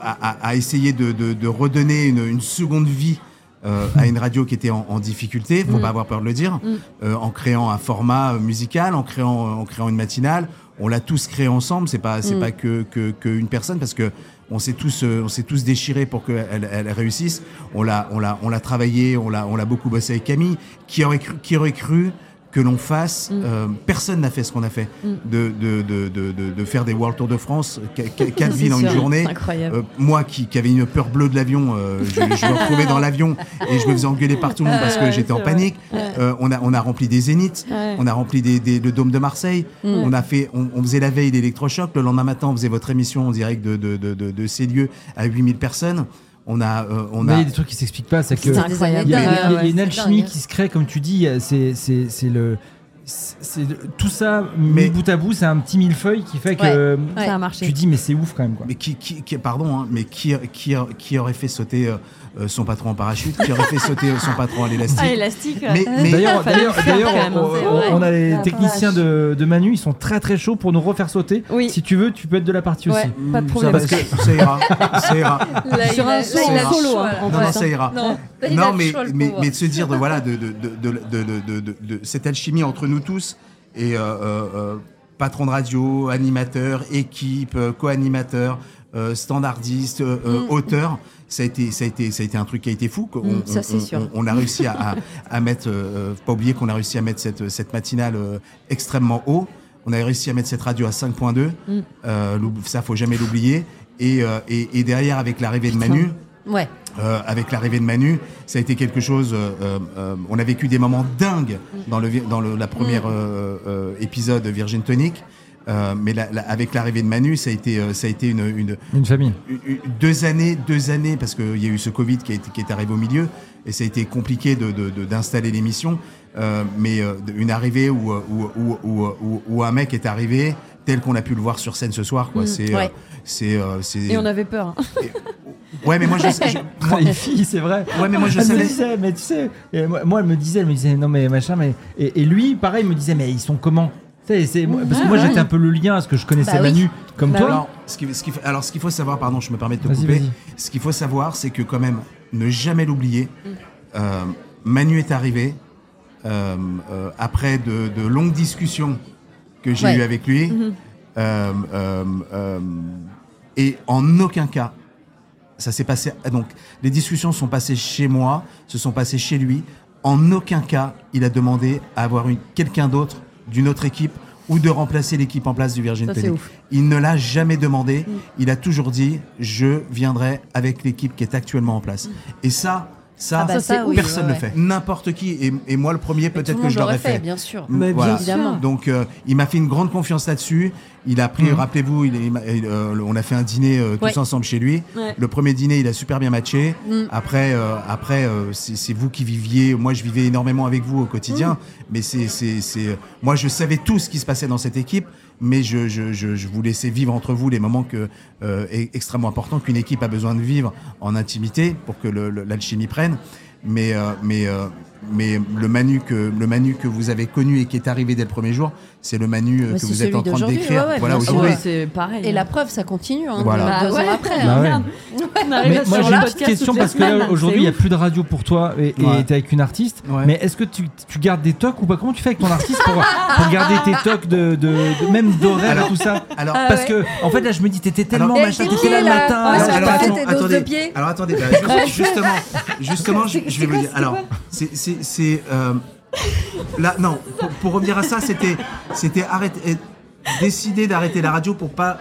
S1: à, à- à essayer de, de- de redonner une, une seconde vie euh, à une radio qui était en, en difficulté, faut pas avoir peur de le dire, euh, en créant un format euh, musical, en créant, euh, en créant une matinale. On l'a tous créé ensemble, c'est pas, c'est pas que, que, que une personne parce que on s'est tous, euh, on s'est tous déchirés pour qu'elle elle, elle réussisse. On l'a, on l'a, on l'a travaillé, on l'a, on l'a beaucoup bossé avec Camille. Qui aurait cru, qui aurait cru que l'on fasse, euh, personne n'a fait ce qu'on a fait, de, de, de, de, de, de faire des World Tour de France, qu- qu- quatre villes en une
S6: sûr,
S1: journée.
S6: incroyable.
S1: Euh, moi qui, qui avais une peur bleue de l'avion, euh, je, je me retrouvais dans l'avion et je me faisais engueuler par tout le monde parce que
S6: Ouais,
S1: j'étais en
S6: c'est vrai.
S1: panique. Euh, on, a, on a rempli des zéniths, on a rempli des, des- le dôme de Marseille,
S6: Mm.
S1: on, a fait, on, on faisait la veille d'électrochoc, le lendemain matin on faisait votre émission en direct de, de, de, de- de ces lieux à 8000 personnes. On a, euh, on
S2: Mais il y
S1: a
S2: a des trucs qui s'expliquent pas, c'est que.
S4: C'est
S2: Il y a-
S4: incroyable.
S2: il y a, il y a
S4: Ouais, ouais,
S2: une
S4: c'est
S2: alchimie
S4: dingue.
S2: qui se crée, comme tu dis, euh, c'est c'est- c'est le. c'est- c'est le- tout ça, mais
S1: Mais-
S2: bout à bout, c'est un petit millefeuille qui fait que
S4: Ouais.
S2: euh,
S4: Ouais.
S6: Ça a
S2: tu
S6: marché.
S2: dis, mais c'est ouf quand même. Quoi.
S1: Mais qui, qui, qui- pardon, hein, mais qui, qui, qui aurait fait sauter euh, euh, son patron en parachute Qui aurait fait sauter euh, son patron à l'élastique
S6: Ah, élastique. ouais.
S1: Mais- mais-
S2: D'ailleurs, d'ailleurs, d'ailleurs,
S6: quand même, hein, c'est
S2: on-
S6: vrai.
S2: on, on a les
S5: La
S2: techniciens
S5: vache.
S2: de, de Manu, ils sont très très chauds pour nous refaire sauter.
S6: Oui.
S2: Si tu veux, tu peux être de la partie
S6: Ouais,
S2: aussi.
S6: pas de problème.
S1: Ça, va, ça ira, ça ira.
S6: Sur un son
S1: il a le
S6: solo,
S5: choix,
S6: hein,
S5: là.
S6: en
S1: Non,
S6: plus,
S1: non,
S6: hein.
S1: ça ira.
S5: Non,
S1: Non, mais, mais, mais de se dire de, voilà, de, de, de, de, de- de- de- de- de cette alchimie entre nous tous et euh, euh, euh, patron de radio, animateur, équipe, euh, co-animateur, euh, standardiste, euh, euh, auteur, ça a, été, ça, a été, ça a été un truc qui a été fou. qu'on-
S6: Mm,
S1: on,
S6: ça, c'est
S1: on-
S6: sûr.
S1: on- on a réussi à, à, à mettre, euh, faut pas oublier qu'on a réussi à mettre cette, cette matinale euh, extrêmement haut. On a réussi à mettre cette radio à 5.2.
S6: Mm.
S1: Euh, l'oub- ça, faut jamais l'oublier. Et, euh, et, et derrière, avec l'arrivée de Manu,
S4: Ouais.
S1: euh, avec l'arrivée de Manu, ça a été quelque chose. euh, euh, euh, on a vécu des moments dingues dans le vi- dans le, la
S6: Mm.
S1: première euh, euh, épisode de Virgin Tonic, Euh, mais la- la- avec l'arrivée de Manu, ça a été euh, ça a été une, une-
S2: Une famille.
S1: une- une- deux années deux années parce qu'il y a eu ce Covid qui, a été- qui est arrivé au milieu et ça a été compliqué de- de- de- d'installer l'émission, Euh, mais euh, de- une arrivée où, euh, où, où, où, où- où un mec est arrivé tel qu'on a pu le voir sur scène ce soir quoi. C'est euh,
S4: Ouais.
S1: c'est euh, c'est-
S6: Mm. Et on avait peur. hein.
S1: ouais mais moi je, je- moi-
S2: les filles, c'est vrai.
S1: ouais mais moi je
S2: elle me
S1: savais
S2: disait, mais tu sais, et moi, moi, elle me disait, elle me disait, non mais machin, mais et, et lui, pareil, il me disait, mais ils sont comment Tu sais, c'est- moi- Parce que moi, j'étais un peu le lien, parce que je connaissais
S4: Bah oui.
S2: Manu comme
S6: Bah
S2: toi.
S1: Alors, ce qu'il ce qu'il faut- alors, ce qu'il faut savoir, pardon, je me permets de te
S2: Vas-y,
S1: couper.
S2: vas-y.
S1: Ce qu'il faut savoir, c'est que quand même, ne jamais l'oublier.
S2: Mm.
S1: euh, Manu est arrivé euh, euh, après de, de longues discussions que j'ai
S4: Ouais.
S1: eues avec lui.
S2: Mm-hmm.
S1: Euh, euh, euh, et en aucun cas, ça s'est passé. Donc, les discussions sont passées chez moi, se sont passées chez lui. En aucun cas, il a demandé à avoir une- quelqu'un d'autre d'une autre équipe ou de remplacer l'équipe en place du Virgin
S6: Ça, c'est
S1: Tonic.
S6: ouf.
S1: Il ne l'a jamais demandé.
S4: Mm.
S1: Il a toujours dit je viendrai avec l'équipe qui est actuellement en place. Et ça, ça,
S4: Ah bah Mm. ça, oui,
S1: personne
S4: ouais,
S1: ne
S4: ouais.
S1: le fait. N'importe qui. Et, et moi, le premier,
S4: Tout le
S1: peut-être que
S4: monde
S1: je l'aurais
S4: l'aurait
S1: fait.
S4: fait, bien sûr.
S1: Mais
S4: bien évidemment.
S1: Donc, euh, il m'a fait une grande confiance là-dessus. Il a pris, rappelez-vous, il, est- il m'a- il, euh, on a fait un dîner euh,
S4: Mm.
S1: tous
S4: Ouais. Mm.
S1: ensemble chez lui.
S6: Ouais.
S1: Le premier dîner, il a super bien matché. Après, euh, après, euh, c'est c'est vous qui viviez. Moi, je vivais énormément avec vous au quotidien.
S4: Mm.
S1: Mais c'est, c'est, c'est, euh, moi, je savais tout ce qui se passait dans cette équipe. Mais je, je, je, je vous laissais vivre entre vous les moments que euh, est extrêmement importants qu'une équipe a besoin de vivre en intimité pour que le- le- l'alchimie prenne. Mais, euh, mais, euh, mais le Manu que le Manu que vous avez connu et qui est arrivé dès le premier jour, c'est le Manu euh,
S4: Bah,
S1: que
S4: c'est
S1: vous êtes
S4: celui
S1: en train de
S4: d'aujourd'hui,
S1: décrire.
S4: ouais, ouais,
S1: voilà
S4: bien sûr,
S1: aujourd'hui.
S4: ouais.
S6: c'est pareil.
S4: Et la preuve, ça continue. Hein,
S1: Voilà.
S4: deux
S6: Bah
S4: ans
S6: ouais.
S4: après.
S2: Bah
S4: hein.
S2: ouais.
S6: On arrive
S2: Mais
S6: Ah, sur
S2: moi
S6: le
S2: j'ai une
S6: podcast
S2: petite question
S6: toutes les
S2: parce que là
S6: semaines,
S2: aujourd'hui
S6: c'est
S2: il n'y a
S6: ouf.
S2: plus de radio pour toi et et
S1: Ouais.
S2: t'es avec une artiste.
S1: Ouais.
S2: Mais est-ce que tu, tu gardes des tocs ou pas Comment tu fais avec ton artiste pour, pour garder tes tocs de, de- de- même d'horaire et
S1: Alors-
S2: tout ça
S1: Alors,
S6: Ah,
S2: Parce que en fait là je me dis t'étais tellement
S1: Eh,
S2: machin,
S5: t'es
S2: t'étais là
S5: qui,
S2: le
S5: là
S2: matin.
S5: Ah,
S1: alors,
S5: ça
S1: alors,
S5: t'a fait
S1: attends,
S5: tes doses
S1: attendez.
S5: de pied
S1: Alors, attendez, bah, juste- justement, justement, je, je vais vous dire. Alors, c'est, c'est, c'est, euh, Là, non, pour, pour revenir à ça, c'était, c'était arrêter, euh, décider d'arrêter la radio pour pas,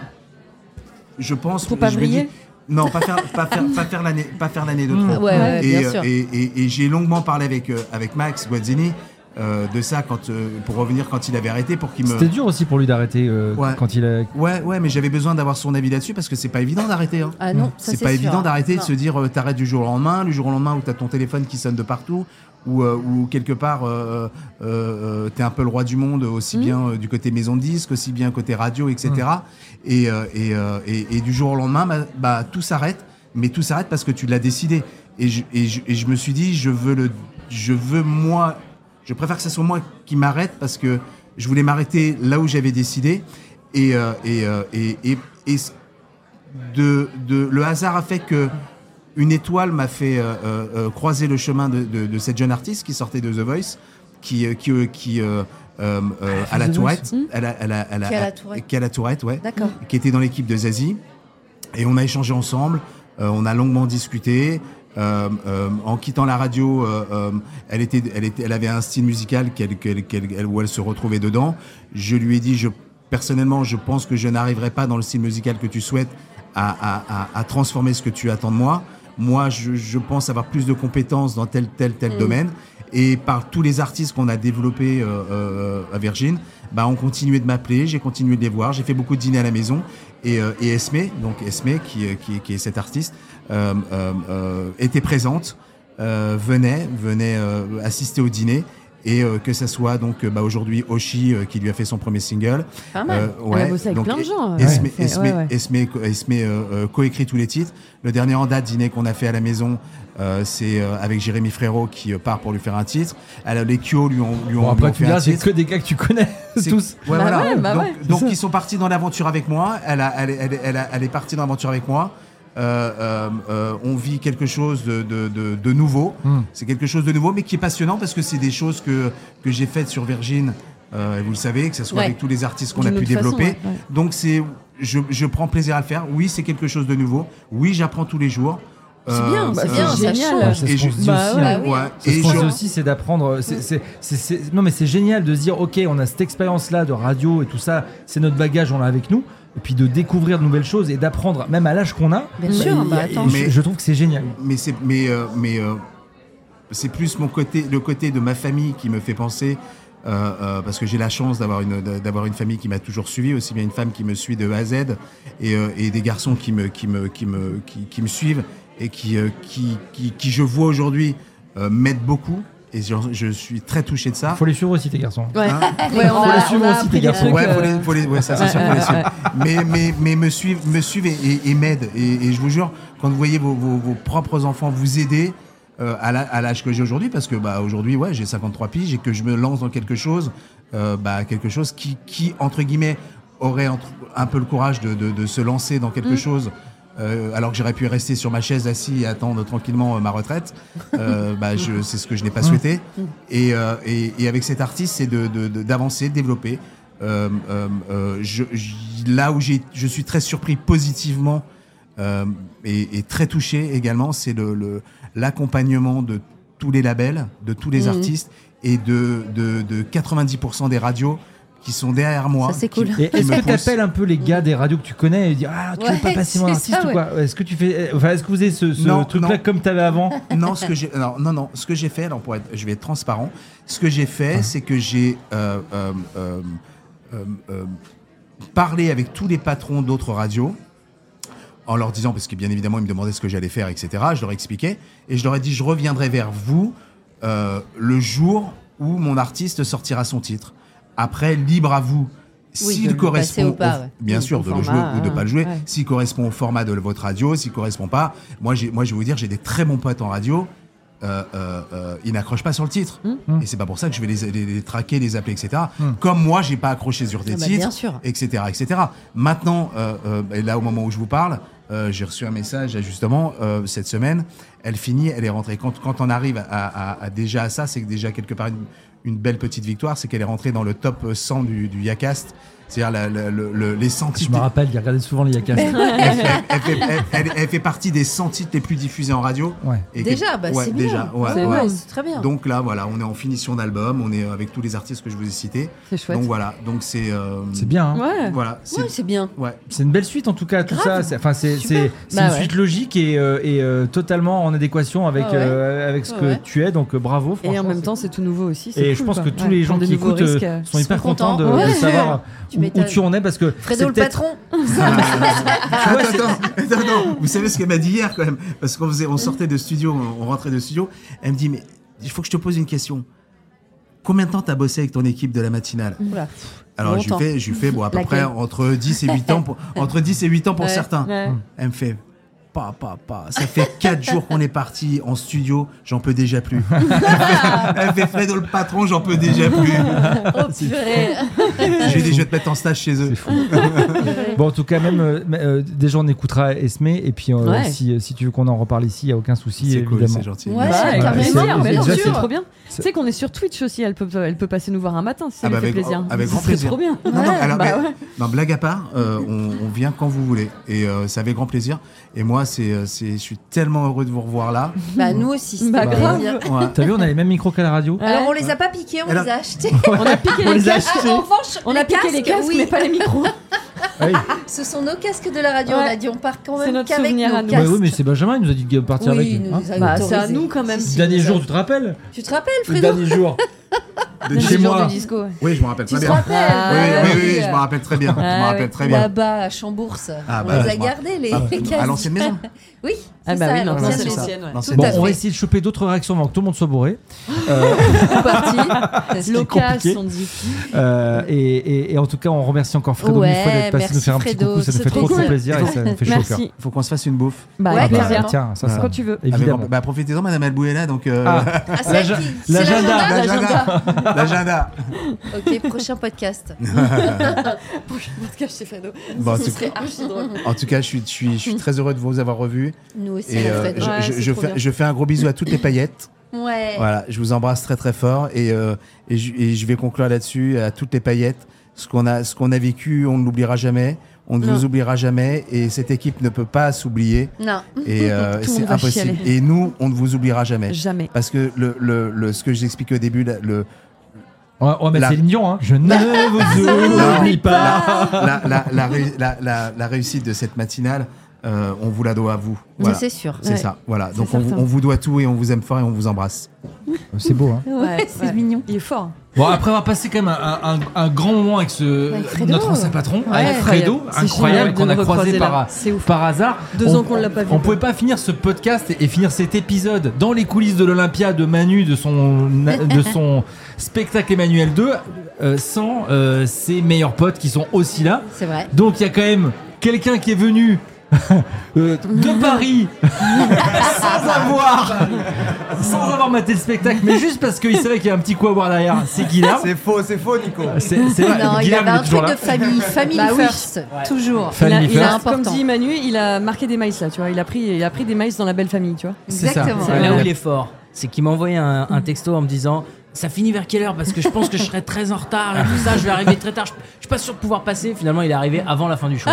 S1: je pense,
S6: Pour pas
S1: je me dis-
S6: briller
S1: non, pas faire, pas faire, pas faire l'année, pas faire l'année de trop.
S4: Mmh, ouais, ouais,
S1: et,
S4: bien
S1: euh,
S4: sûr.
S1: et, et- et j'ai longuement parlé avec euh, avec Max Guazzini euh, de ça quand, euh, pour revenir quand il avait arrêté, pour qu'il me.
S2: C'était dur aussi pour lui d'arrêter euh,
S1: Ouais.
S2: quand il a.
S1: Ouais, ouais, mais j'avais besoin d'avoir son avis là-dessus parce que c'est pas évident d'arrêter. hein.
S4: Ah non, ça,
S1: C'est pas
S4: sûr.
S1: évident d'arrêter de
S4: Non.
S1: se dire euh, t'arrêtes du jour au lendemain, du jour au lendemain où t'as ton téléphone qui sonne de partout, ou, euh, ou quelque part euh, euh, euh, t'es un peu le roi du monde,
S4: Mmh.
S1: aussi bien euh, du côté maison de disque, aussi bien côté radio, etc.
S4: Mmh.
S1: Et, euh, et, euh, et- et du jour au lendemain, bah, bah, tout s'arrête, mais tout s'arrête parce que tu l'as décidé. Et je, et je- et je me suis dit, je veux, le, je veux moi, je préfère que ce soit moi qui m'arrête parce que je voulais m'arrêter là où j'avais décidé. Et, euh, et, euh, et, et, et ce de, de- le hasard a fait que une étoile m'a fait euh, euh, euh, croiser le chemin de, de- de cette jeune artiste qui sortait de The Voice, qui, euh, qui, euh, qui euh, euh,
S4: Ah,
S1: euh, à la
S2: The
S1: Tourette,
S6: Voice.
S1: elle a- elle a- elle a-
S4: Hmm. Qui est à la Tourette.
S1: qui est à la Tourette, ouais,
S4: D'accord.
S1: qui était dans l'équipe de Zazie, et on a échangé ensemble, euh, on a longuement discuté. euh, euh, en quittant la radio, euh, euh, elle, était, elle, était, elle avait un style musical qu'elle, qu'elle- qu'elle- elle- où elle se retrouvait dedans. Je lui ai dit, je, personnellement, je pense que je n'arriverai pas dans le style musical que tu souhaites à, à- à- à transformer ce que tu attends de moi. Moi, je, je pense avoir plus de compétences dans tel, tel, tel domaine. Et par tous les artistes qu'on a développés euh, euh, à Virgin, bah, on continuait de m'appeler, j'ai continué de les voir, j'ai fait beaucoup de dîners à la maison. Et, euh, et Esme, donc Esme, qui, euh, qui, qui est cette artiste, euh, euh, euh, était présente, euh, venait, venait euh, assister au dîner. Et euh, que ça soit donc euh, bah, aujourd'hui Oshi euh, qui lui a fait son premier single.
S4: Pas mal.
S1: Euh, ouais,
S6: Elle a bossé avec
S1: donc,
S6: plein de gens. hein.
S1: Esme,
S6: Ouais.
S1: Esme,
S6: Ouais, ouais.
S1: Esme, Esme, euh, euh, coécrit tous les titres. Le dernier en date, dîner qu'on a fait à la maison, euh, c'est euh, avec Jérémy Frérot qui euh, part pour lui faire un titre. Alors, les Kyo lui ont, lui ont,
S2: Bon,
S1: lui
S2: après,
S1: ont
S2: tu
S1: fait un
S2: verras, c'est
S1: titre.
S2: que des gars que tu connais
S1: C'est-
S2: tous.
S1: Ouais,
S6: Bah
S1: voilà.
S6: ouais, bah
S1: donc,
S6: ouais,
S2: c'est
S1: donc
S2: ça.
S1: ils sont partis dans l'aventure avec moi. Elle, a- elle, est- elle, est- elle a- elle est partie dans l'aventure avec moi. Euh, euh, euh, on vit quelque chose de, de, de, de nouveau.
S2: Hmm.
S1: C'est quelque chose de nouveau, mais qui est passionnant parce que c'est des choses que, que j'ai faites sur Virgin. euh, et vous le savez, que ce soit
S4: Ouais.
S1: avec tous les artistes qu'on a
S6: D'une
S1: pu
S6: autre façon,
S1: développer.
S6: ouais, ouais.
S1: Donc c'est, je, je prends plaisir à le faire. Oui, c'est quelque chose de nouveau. Oui, j'apprends tous les jours.
S4: C'est bien,
S6: bah,
S4: c'est
S6: c'est
S4: bien, ça
S6: génial.
S4: change.
S2: Ça se
S1: et je-
S2: qu'on se dit
S6: Bah
S2: aussi,
S6: ouais,
S2: hein.
S4: oui.
S1: Ouais.
S2: Ça,
S1: Et
S2: je pense
S1: je-
S2: aussi, c'est d'apprendre. c'est- c'est- c'est- c'est- Non, mais c'est génial de se dire, ok, on a cette expérience-là de radio et tout ça, c'est notre bagage, on l'a avec nous. Et puis de découvrir de nouvelles choses et d'apprendre, même à l'âge qu'on a.
S4: Bien sûr,
S2: il y
S4: bah,
S2: a- et
S4: attends.
S2: je, je trouve que c'est génial.
S1: mais c'est mais euh, mais euh, c'est plus mon côté le côté de ma famille qui me fait penser euh, euh, parce que j'ai la chance d'avoir une d'avoir une famille qui m'a toujours suivi aussi bien une femme qui me suit de A à Z et, euh, et des garçons qui me qui me qui me qui, qui me suivent et qui euh, qui, qui qui je vois aujourd'hui euh, m'aident beaucoup et je, je suis très touché de ça
S2: Faut les suivre aussi, tes garçons.
S6: Ouais.
S1: Hein
S6: Ouais, on
S2: Faut
S6: a,
S2: les suivre
S6: on a
S2: aussi, tes
S6: appris des
S2: garçons.
S6: trucs.
S1: Ouais, faut
S6: euh,
S1: les, faut les- ouais, ça, c'est
S6: ouais,
S1: sûr, faut
S6: ouais,
S1: les suivre. Mais, mais, mais me suivent, me suivent et, et, et m'aident. Et, et je vous jure, quand vous voyez vos, vos, vos propres enfants vous aider euh, à la- à l'âge que j'ai aujourd'hui, parce que bah, aujourd'hui, ouais, j'ai 53 piges et que je me lance dans quelque chose, euh, bah, quelque chose qui, qui, entre guillemets, aurait entre- un peu le courage de, de, de se lancer dans
S6: Mm.
S1: quelque chose. euh, alors que j'aurais pu rester sur ma chaise assis et attendre tranquillement euh, ma retraite, euh, bah, je- c'est ce que je n'ai pas souhaité. Et, euh, et, et avec cet artiste, c'est de- de- de- d'avancer, de, développer. Euh, euh, euh, je, je- là où j'ai- je suis très surpris positivement euh, et, et très touché également, c'est le- le- l'accompagnement de tous les labels, de tous les
S4: Mmh.
S1: artistes et de, de, de 90% des radios qui sont derrière moi.
S4: Ça, c'est
S1: qui-
S4: cool.
S2: Et
S1: qui
S2: est-ce
S1: me
S2: que
S1: poussent.
S2: t'appelles un peu les gars des radios que tu connais et dire ah tu
S4: Ouais,
S2: veux pas passer mon
S4: c'est
S2: artiste
S4: ça,
S2: ou quoi Est-ce que tu fais enfin est-ce que vous avez ce, ce
S1: Non,
S2: truc là
S1: non.
S2: comme t'avais avant
S1: non, ce que j'ai, alors, non, non, ce que j'ai fait, alors pour être, je vais être transparent. Ce que j'ai
S4: Hein.
S1: fait, c'est que j'ai euh, euh, euh, euh, euh, parlé avec tous les patrons d'autres radios en leur disant, parce que bien évidemment, ils me demandaient ce que j'allais faire, etc. Je leur ai expliqué et je leur ai dit, je reviendrai vers vous euh, le jour où mon artiste sortira son titre. Après, libre à vous.
S4: Oui,
S1: S'il
S4: de le
S1: correspond,
S4: passer ou pas,
S1: au-
S4: ouais.
S1: bien
S4: Au euh,
S1: sûr, de le jouer
S6: format,
S1: ou de
S6: hein,
S1: pas le jouer.
S6: ouais.
S1: S'il correspond au format de votre radio, s'il correspond pas, moi, j'ai, moi, je vais vous dire, j'ai des très bons potes en radio. euh, euh, euh, ils n'accrochent pas sur le titre.
S4: Hmm.
S1: Et c'est pas pour ça que je vais les, les- les traquer, les appeler, etc. Comme moi, j'ai pas accroché sur des
S4: Ah bah,
S1: titres,
S4: bien sûr.
S1: etc., etc. Maintenant, euh, euh, et là, au moment où je vous parle, euh, j'ai reçu un message, justement, euh, cette semaine. Elle finit, elle est rentrée. Quand, quand on arrive à, à- à- déjà à ça, c'est que déjà, quelque part, une, une belle petite victoire, c'est qu'elle est rentrée dans le top 100 du, du Yacast. C'est-à-dire la- la- le- le- les
S2: Je
S1: sentiers.
S2: me rappelle, il regardait souvent les Yakas.
S1: Elle fait, elle fait- elle- elle- elle fait partie des 100 titres les plus diffusés en radio.
S2: Ouais.
S1: Et
S4: Déjà,
S1: que-
S4: bah,
S1: ouais,
S4: c'est bien.
S1: déjà, ouais,
S4: C'est
S1: ouais.
S4: bien, c'est très bien.
S1: Donc là, voilà, on est en finition d'album, on est euh, avec tous les artistes que je vous ai cités.
S6: C'est chouette.
S1: Donc voilà, donc c'est. euh,
S2: C'est bien. hein.
S6: Ouais.
S1: Voilà, c'est.
S4: Ouais, c'est bien.
S1: ouais.
S2: C'est une belle suite en tout cas, tout ça. C'est- Enfin, c'est c'est- c'est
S6: Bah
S2: une
S6: ouais.
S2: suite logique et, euh, et, euh, totalement en adéquation avec
S4: Ah ouais.
S2: euh, avec ce
S4: Ah
S2: que
S4: ouais.
S2: tu es. Donc euh, bravo.
S6: Et en
S2: franchement,
S6: même temps, c'est tout nouveau aussi.
S2: Et je pense que tous les gens qui écoutent euh, sont hyper
S4: sont
S2: contents de,
S4: contents.
S2: de
S4: Ouais.
S2: savoir
S4: Tu
S2: où- où,
S4: m'étonnes.
S2: tu en es parce que c'est
S4: Fredo le
S2: peut-être-
S4: patron.
S1: Attends, attends, attends, attends. vous savez ce qu'elle m'a dit hier quand même Parce qu'on faisait, on sortait de studio, on on rentrait de studio. Elle me dit mais il faut que je te pose une question. Combien de temps t'as bossé avec ton équipe de la matinale
S4: Oula.
S1: Alors je lui
S4: Longtemps.
S1: fais, je lui fais bon à peu
S4: Laquelle
S1: près entre 10 et 8 ans pour, entre 10 et 8 ans pour
S6: Ouais,
S1: certains.
S6: ouais.
S1: Elle me fait pas pas pas. Ça fait 4 jours qu'on est parti en studio, j'en peux déjà plus. Elle me fait Fredo le patron, j'en peux déjà plus.
S6: Oh purée
S1: J'ai dit je vais te mettre en stage chez eux.
S2: C'est fou. bon, en tout cas, même euh, mais, euh, déjà, on écoutera Esmé. Et puis, euh,
S6: Ouais.
S2: si, si tu veux qu'on en reparle ici, il n'y a aucun souci,
S1: C'est cool,
S2: évidemment.
S1: c'est gentil.
S4: Ouais,
S6: Bah,
S4: Ouais,
S6: carrément,
S4: c'est-
S6: mais
S4: c'est-
S6: non,
S4: déjà,
S6: c'est
S4: c'est-
S6: trop bien.
S2: c'est-
S6: Tu sais qu'on est sur Twitch aussi, elle peut, elle peut passer nous voir un matin si
S1: Ah
S6: ça lui
S1: bah
S6: fait
S1: avec-
S6: plaisir.
S1: avec grand
S6: Ce serait
S1: plaisir.
S6: trop bien.
S1: Non, non, alors,
S6: bah
S1: mais-
S6: ouais.
S1: non, blague à part, euh, on, on vient quand vous voulez. Et euh, c'est avec grand plaisir. Et moi, c'est, euh, c'est, je suis tellement heureux de vous revoir là.
S4: Bah, nous aussi, c'était
S6: Bah,
S4: un
S6: grave.
S4: plaisir.
S1: Ouais.
S2: T'as vu, on a les mêmes micros qu'à la radio.
S4: Alors, on les a pas piqués, on
S1: Alors-
S4: les a achetés.
S6: On a piqué
S2: On
S6: les
S2: les a
S6: casques.
S2: achetés.
S4: En revanche,
S6: On a piqué les casques,
S4: oui.
S6: mais pas les micros.
S2: Ah oui.
S4: Ce sont nos casques de la radio.
S6: Ouais.
S4: On a dit, on part quand
S6: C'est
S4: même
S6: notre
S4: qu'avec
S6: souvenir à
S4: nos
S6: nous.
S2: Bah
S4: casques.
S2: oui, mais c'est Benjamin, il nous a dit de partir
S4: Oui,
S2: avec.
S4: il nous
S2: hein.
S4: a
S6: Bah, c'est
S4: autorisés.
S6: à nous, quand même.
S4: Si,
S2: Le
S4: si,
S2: dernier
S4: nous a-
S2: jour, tu te rappelles
S4: Tu te rappelles,
S2: Le
S4: Fredo
S2: dernier jour de chez moi.
S1: Oui, je me rappelle
S4: Tu te
S1: très bien.
S4: rappelles
S1: Oui, oui,
S6: Ah,
S1: oui,
S6: oui.
S1: oui, je me rappelle très bien. Je
S6: Ah,
S1: me rappelle
S6: oui.
S1: très bien.
S4: Là-bas, à Chambourse.
S1: Ah,
S4: on
S1: bah,
S4: les a
S1: je m'en-
S4: gardés, les,
S1: Ah,
S4: les casques.
S1: à l'ancienne maison.
S4: Oui,
S6: Ah
S4: c'est
S6: bah
S4: ça,
S6: oui,
S4: à
S6: non,
S4: l'ancienne
S6: ça, c'est
S4: maison.
S6: l'ancienne, ouais.
S1: L'ancienne
S4: Tout
S2: Bon,
S4: à
S1: maison.
S2: on va
S4: fait.
S2: essayer de choper d'autres réactions avant que tout le monde soit bourré. Euh,
S4: parti.
S6: Local,
S2: compliqué.
S6: on dit.
S2: euh, et, et- et en tout cas, on remercie encore Fredo
S4: Ouais,
S2: mille fois d'être passé
S4: merci
S2: nous faire un petit
S4: Fredo,
S2: coucou. Ça nous
S4: c'est
S2: fait
S4: trop
S2: trop, trop
S6: cool.
S2: plaisir et ça nous fait chaud au cœur.
S6: Merci.
S1: Faut qu'on se fasse une bouffe.
S6: Bah,
S4: Ouais,
S2: Ah
S6: avec
S2: bah,
S6: plaisir.
S2: tiens, ça, ça.
S6: Quand tu veux.
S1: Avec
S2: Évidemment.
S1: grand- bah, profitez-en, madame Alboué là. Donc, euh,
S2: Ah,
S4: Ah, c'est elle
S2: L'agenda.
S4: qui- c'est l'agenda.
S1: l'agenda. l'agenda.
S4: Ok, prochain podcast.
S6: Prochain podcast, Stéphano.
S1: Bon,
S6: Ce
S1: tu-
S6: serait archi drôle.
S1: en tout cas, je suis, je suis, je suis très heureux de vous avoir revu.
S4: Nous aussi,
S1: Et
S4: on
S1: euh,
S4: fait.
S1: je,
S6: Ouais,
S1: je-
S6: c'est
S1: je
S6: trop
S1: fais,
S6: bien.
S1: je fais un gros bisou à toutes les paillettes.
S4: Ouais.
S1: Voilà, je vous embrasse très très fort et, euh, et, je, et je vais conclure là-dessus à toutes les paillettes. Ce qu'on a, ce qu'on a vécu, on ne l'oubliera jamais. On ne
S4: Non.
S1: vous oubliera jamais et cette équipe ne peut pas s'oublier
S4: Non.
S1: et euh,
S6: Tout le
S1: c'est
S6: monde va
S1: impossible.
S6: chialer.
S1: Et nous, on ne vous oubliera jamais
S6: Jamais.
S1: parce que le, le, le- ce que j'expliquais au début, la- le,
S2: On va, on va mettre
S1: La-
S2: Céline Dion, hein. Je ne vous oublie pas.
S1: la, la, la, ré- la, la- la réussite de cette matinale, euh, on vous la doit à vous. Voilà.
S4: Ça, C'est sûr.
S1: C'est
S6: Ouais.
S1: ça, voilà.
S6: C'est
S1: Donc on, vous-
S6: certain.
S1: on vous doit tout et on vous aime fort et on vous embrasse.
S2: C'est beau, hein.
S6: Ouais,
S4: C'est mignon.
S6: Il est fort.
S2: Bon, après avoir passé quand même un, un- un grand moment avec ce,
S4: Avec Fredo.
S2: notre ancien patron,
S6: Ouais.
S2: avec Ah, Fredo,
S6: Incroyable. C'est
S2: incroyable,
S6: génial
S2: qu'on
S6: de
S2: a
S6: le
S2: croisé
S6: recroiser là.
S2: par,
S6: C'est ouf.
S2: par hasard.
S6: Deux ans qu'on l'a pas vu.
S2: On pouvait pas finir ce podcast et, et finir cet épisode dans les coulisses de l'Olympia de Manu, de son, de son spectacle Emmanuel 2, sans euh, ses meilleurs potes qui sont aussi là.
S4: C'est vrai.
S2: Donc il y a quand même quelqu'un qui est venu euh, de Paris sans avoir sans avoir maté le spectacle, mais juste parce qu'il savait qu'il y a un petit coup à boire derrière. C'est Guillaume.
S7: C'est faux, c'est faux, Nico.
S2: C'est c'est vrai.
S4: Non, il
S2: Guillaume
S4: avait
S2: est
S4: un
S2: toujours
S4: truc
S2: là.
S4: de famille. Family
S6: Bah oui.
S4: first. Toujours.
S6: Il a,
S2: Family
S6: il a-
S2: first.
S6: comme
S4: Important.
S6: dit Manu, il a marqué des maïs là, tu vois. Il a pris, il a pris des maïs dans la belle famille, tu vois.
S2: C'est ça.
S4: Exactement.
S2: Ouais.
S8: Là où il est fort, Ah, c'est qu'il m'a envoyé un, un texto en me disant ça finit vers quelle heure Parce que je pense que je serai très en retard et tout ça, je vais arriver très tard, je, je suis pas sûr de pouvoir passer. Finalement, il est arrivé avant la fin du show.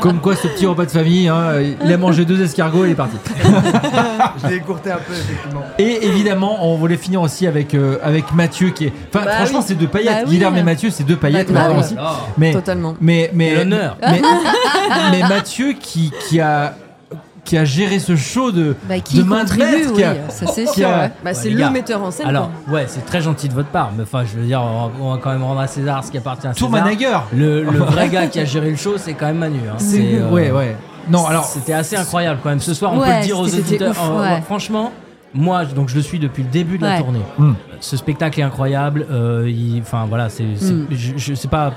S2: Comme quoi, ce petit repas de famille, hein, il a mangé deux escargots et il est parti.
S7: Je l'ai écourté un peu, effectivement.
S2: Et évidemment, on voulait finir aussi avec, euh, avec Mathieu qui est. Enfin,
S6: Bah
S2: franchement,
S6: oui.
S2: c'est deux paillettes.
S6: Bah oui.
S2: Guillaume et Mathieu, c'est deux paillettes.
S6: Bah,
S2: on
S6: oui.
S2: va dire. Mais,
S6: Totalement.
S2: mais, mais,
S8: L'honneur.
S2: Mais, mais Mathieu qui, qui, a, qui a géré ce show de,
S4: Bah, qui
S2: de
S4: y
S2: main de
S4: contribue,
S2: maître.
S4: oui.
S2: qui a-
S4: Ça, c'est
S2: qui
S4: sûr.
S2: a-
S4: ouais.
S6: Bah, c'est
S8: les
S6: le
S8: gars.
S6: metteur en scène.
S8: Alors,
S6: quoi.
S8: ouais, c'est très gentil de votre part, mais enfin, je veux dire, on va, on va quand même rendre à César ce qui appartient à
S2: Tour
S8: César.
S2: manager.
S8: Le, le vrai gars qui a géré le show, c'est quand même Manu. hein. C'est, euh,
S2: Ouais, ouais. Non, alors.
S8: c'était assez incroyable quand même. Ce soir, on peut
S4: Ouais,
S8: le dire aux
S4: c'était- c'était
S8: auditeurs.
S4: ouf,
S8: euh,
S4: ouais.
S8: Franchement, moi, donc je le suis depuis le début de la
S4: Ouais.
S8: tournée.
S2: Hmm.
S8: Ce spectacle est incroyable. euh, il- Enfin voilà, c'est, c'est- je, je sais pas.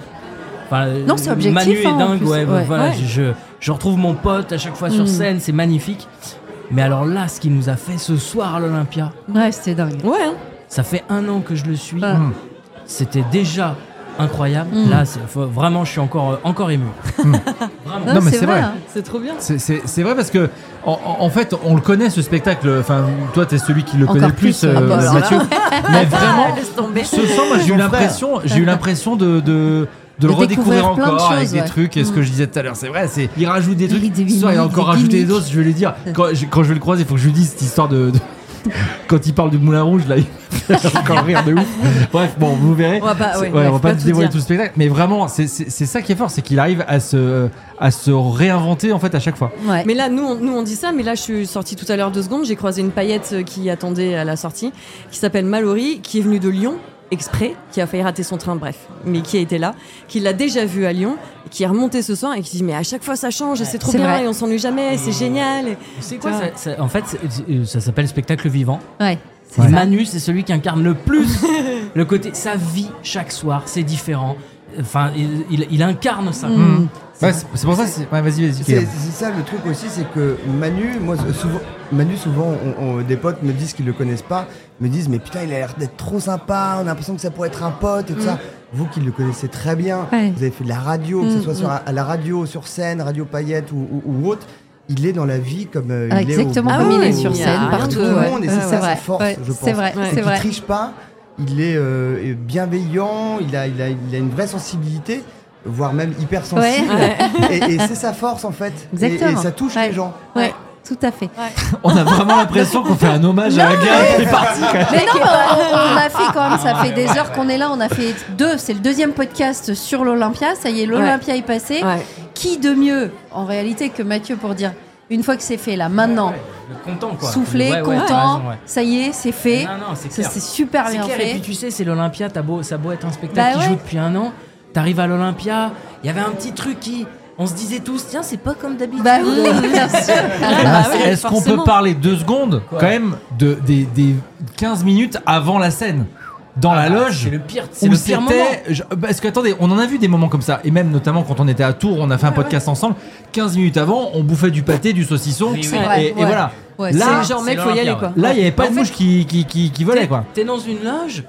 S8: enfin,
S4: Hmm. Non, c'est objectif,
S8: Manu
S4: hein,
S8: est
S4: en
S8: dingue,
S4: plus.
S8: ouais,
S4: Ouais.
S8: voilà,
S4: Ouais. Hmm.
S8: Je, je retrouve mon pote à chaque fois sur scène, c'est magnifique. Mais alors là, ce qu'il nous a fait ce soir à l'Olympia,
S4: Ouais, c'était dingue.
S6: Ouais, hein.
S8: ça fait un an que je le suis.
S4: Ouais. Hmm.
S2: Hmm.
S8: euh, C'était déjà incroyable. Là, c'est, faut- vraiment, je suis encore, encore ému. Vraiment.
S2: Non, mais c'est vrai.
S4: hein.
S6: C'est trop bien.
S2: C'est- C'est c'est vrai parce que en, en- en fait on le connaît ce spectacle. Enfin toi t'es celui qui le
S4: Encore
S2: connaît le plus,
S4: plus, ouais.
S2: euh,
S4: Ah bah alors
S2: Mathieu. Mais vraiment,
S6: Ah,
S5: Laisse tomber.
S2: ce soir moi j'ai eu
S7: Mon frère.
S2: l'impression, j'ai eu l'impression de, de de le
S4: De découvrir
S2: redécouvrir
S4: plein de
S2: encore avec
S4: choses,
S2: des
S4: ouais.
S2: trucs. Et ce que je disais tout à l'heure, c'est vrai, c'est il rajoute des
S4: Des
S2: trucs.
S4: gimmicks,
S2: Ce soir il a
S4: des
S2: encore rajouté des
S4: gimmicks.
S2: autres. Je vais lui dire quand je, quand je vais le croiser, il faut que je lui dise cette histoire de. de- Quand il parle du Moulin Rouge, là, il fait encore rire de ouf. Bref, bon, vous verrez.
S6: On va pas,
S2: C'est-
S6: ouais,
S2: ouais,
S6: ouais,
S2: on
S6: faut
S2: va pas,
S6: pas
S2: te
S6: tout
S2: dévoiler
S6: dire.
S2: tout le spectacle, mais vraiment, c'est c'est- c'est ça qui est fort, c'est qu'il arrive à se, à se réinventer en fait à chaque fois.
S4: Ouais.
S6: Mais là, nous, on- nous on dit ça, mais là, je suis sortie tout à l'heure deux secondes. J'ai croisé une paillette euh, qui attendait à la sortie, qui s'appelle Mallory, qui est venue de Lyon exprès, qui a failli rater son train, bref, mais qui a été là, qui l'a déjà vu à Lyon, qui est remontée ce soir et qui dit mais à chaque fois ça change, et c'est trop
S4: c'est
S6: bien
S4: vrai.
S6: et on s'ennuie jamais, et c'est génial. Et-
S8: C'est quoi ça, ça- En fait, c'est- euh, ça s'appelle spectacle vivant.
S4: Ouais.
S8: Et Manu, c'est celui qui incarne le plus le côté. Sa vie chaque soir, c'est différent. Enfin, il, il- il incarne ça.
S4: Mm.
S2: Ouais, c'est c'est pour ça, c'est- ouais, vas-y, vas-y.
S7: C'est
S2: Kylian.
S7: c'est ça le truc aussi, c'est que Manu, moi euh, souvent, Manu souvent, on- on- des potes me disent qu'ils le connaissent pas, me disent mais putain il a l'air d'être trop sympa, on a l'impression que ça pourrait être un pote et tout ça. Vous qui le connaissez très bien,
S4: Mm. Ouais. Mm,
S7: vous avez fait de la radio, que ce soit sur, à la radio, sur scène, radio paillette ou, ou- ou autre, il est dans la vie comme euh,
S4: Ah,
S7: il est au
S4: exactement
S7: boulot,
S4: comme il est
S7: au-
S4: sur scène,
S7: comme
S4: partout,
S7: Tout le
S4: ouais.
S7: monde et c'est
S4: Ouais,
S7: ça
S4: c'est
S7: sa
S4: vrai,
S7: force,
S4: ouais,
S7: je pense.
S4: c'est vrai, c'est
S7: qu'il
S4: vrai.
S7: triche pas, il est euh, bienveillant, il a, il, a, il a une vraie sensibilité, voire même hypersensible. Et, et c'est sa force en fait. Et- Et,
S4: Exactement.
S7: ça touche
S4: Ouais.
S7: les gens.
S4: Ouais, tout à fait.
S2: On a vraiment l'impression qu'on fait un hommage à la guerre qui est partie. quand même.
S4: Mais non, mais on, on l'a fait quand même, ça fait des heures qu'on est là, on a fait deux, c'est le deuxième podcast sur l'Olympia, ça y est, l'Olympia est passé.
S6: Ouais.
S4: Qui de mieux, en réalité, que Mathieu pour dire, une fois que c'est fait là, maintenant,
S8: Le content, quoi.
S4: soufflé,
S8: Ouais, ouais, t'as
S4: content,
S8: raison, ouais.
S4: ça y est, c'est fait,
S8: Non, non, c'est
S4: ça
S8: clair.
S4: c'est super
S8: C'est
S4: bien
S8: clair, et puis
S4: fait.
S8: tu sais, c'est l'Olympia, t'as beau, ça a beau être un spectacle
S4: Bah
S8: qui
S4: ouais.
S8: joue depuis un an, t'arrives à l'Olympia, il y avait un petit truc qui. On se disait tous, tiens, c'est pas comme d'habitude.
S4: Bah oui,
S8: euh,
S4: bien sûr.
S6: bah
S2: Ah, Est-ce-
S6: ouais,
S2: Est-ce qu'on peut
S6: forcément.
S2: parler deux secondes quand même de, des, des 15 minutes avant la scène dans la loge
S8: Ah, bah, C'est le pire, c'est
S2: où
S8: le pire moment.
S2: c'était. je- euh, Parce que attendez, on en a vu des moments comme ça, et même notamment quand on était à Tours, on a fait un podcast ensemble. 15 minutes avant, on bouffait du pâté, du saucisson,
S8: Oui, oui.
S2: et-
S8: C'est
S4: vrai,
S2: et,
S4: ouais.
S2: voilà.
S4: Ouais,
S2: là,
S6: c'est genre
S8: c'est
S6: mec, faut y
S8: l'Olympia,
S6: aller quoi.
S2: là, il n'y avait pas
S8: En
S2: de
S8: fait,
S2: mouche qui, qui, qui, qui volait
S8: T'es-
S2: quoi.
S8: T'es dans une loge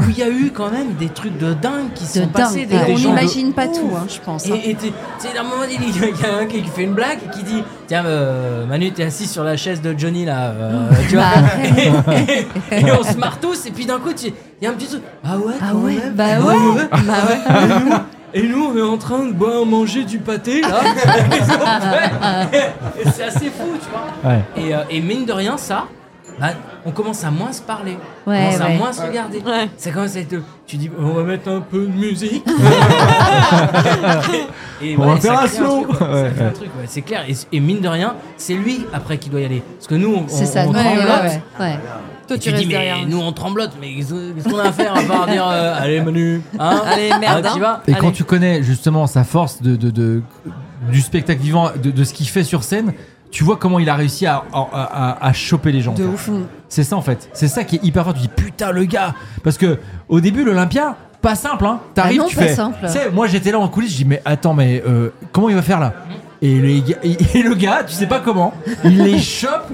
S8: où il y a eu quand même des trucs de dingue qui se
S4: Ah, bah, De
S8: sont passés.
S4: dingue,
S8: Des,
S4: Et
S8: des
S4: on
S8: gens de
S4: n'imagine pas
S8: ouf.
S4: tout, hein, je pense. hein.
S8: Et et t'es- t'es- à un moment, il y a- il y a un qui fait une blague et qui dit Tiens, euh, Manu, t'es assis sur la chaise de Johnny là. euh, tu vois
S4: Bah,
S8: et, et- et on se marre tous, et puis d'un coup, tu- il y a un petit truc Ah ouais,
S4: Ah
S8: quand
S4: ouais,
S8: même.
S4: bah
S8: Ah
S4: ouais. bah
S8: Et nous- Et nous, on est en train de boire, manger du pâté là. et c'est assez fou, tu vois.
S2: Ouais.
S8: Et, euh, et mine de rien, ça, bah, on commence à moins se parler.
S4: Ouais,
S8: on commence à
S4: ouais.
S8: moins se regarder.
S6: Ouais.
S8: Ça commence à être. Tu dis, on va mettre un peu de musique. et
S2: On va faire
S8: ça
S2: un
S8: crée
S2: slow.
S8: truc, ouais, ça
S2: Ouais,
S8: crée un
S2: ouais.
S8: truc, ouais, c'est clair. Et, et mine de rien, c'est lui après qui doit y aller. Parce que nous, on,
S4: C'est
S8: on-
S4: ça,
S8: on
S4: ouais,
S8: tremblote.
S4: ouais, ouais.
S6: Toi, tu,
S8: Et tu dis,
S6: restes
S8: mais
S6: derrière. hein.
S8: nous on tremblote, mais qu'est-ce qu'on a à faire à part dire euh, allez Manu, hein
S6: Allez, merde,
S8: tu
S6: hein.
S8: vas
S2: Et quand
S6: Allez.
S2: tu connais justement sa force de, de- de- du spectacle vivant, de, de ce qu'il fait sur scène, tu vois comment il a réussi à, à- à- à choper les gens. en
S6: De ouf.
S2: fait. C'est ça en fait. C'est ça qui est hyper fort. Tu dis putain le gars. Parce que au début l'Olympia, pas simple hein. T'arrives,
S4: Ah non,
S2: tu
S4: pas
S2: fais.
S4: simple.
S2: Tu sais, moi j'étais là en coulisses, je dis mais attends mais euh, comment il va faire là et, les gars- et- et le gars, tu sais pas comment, il les chope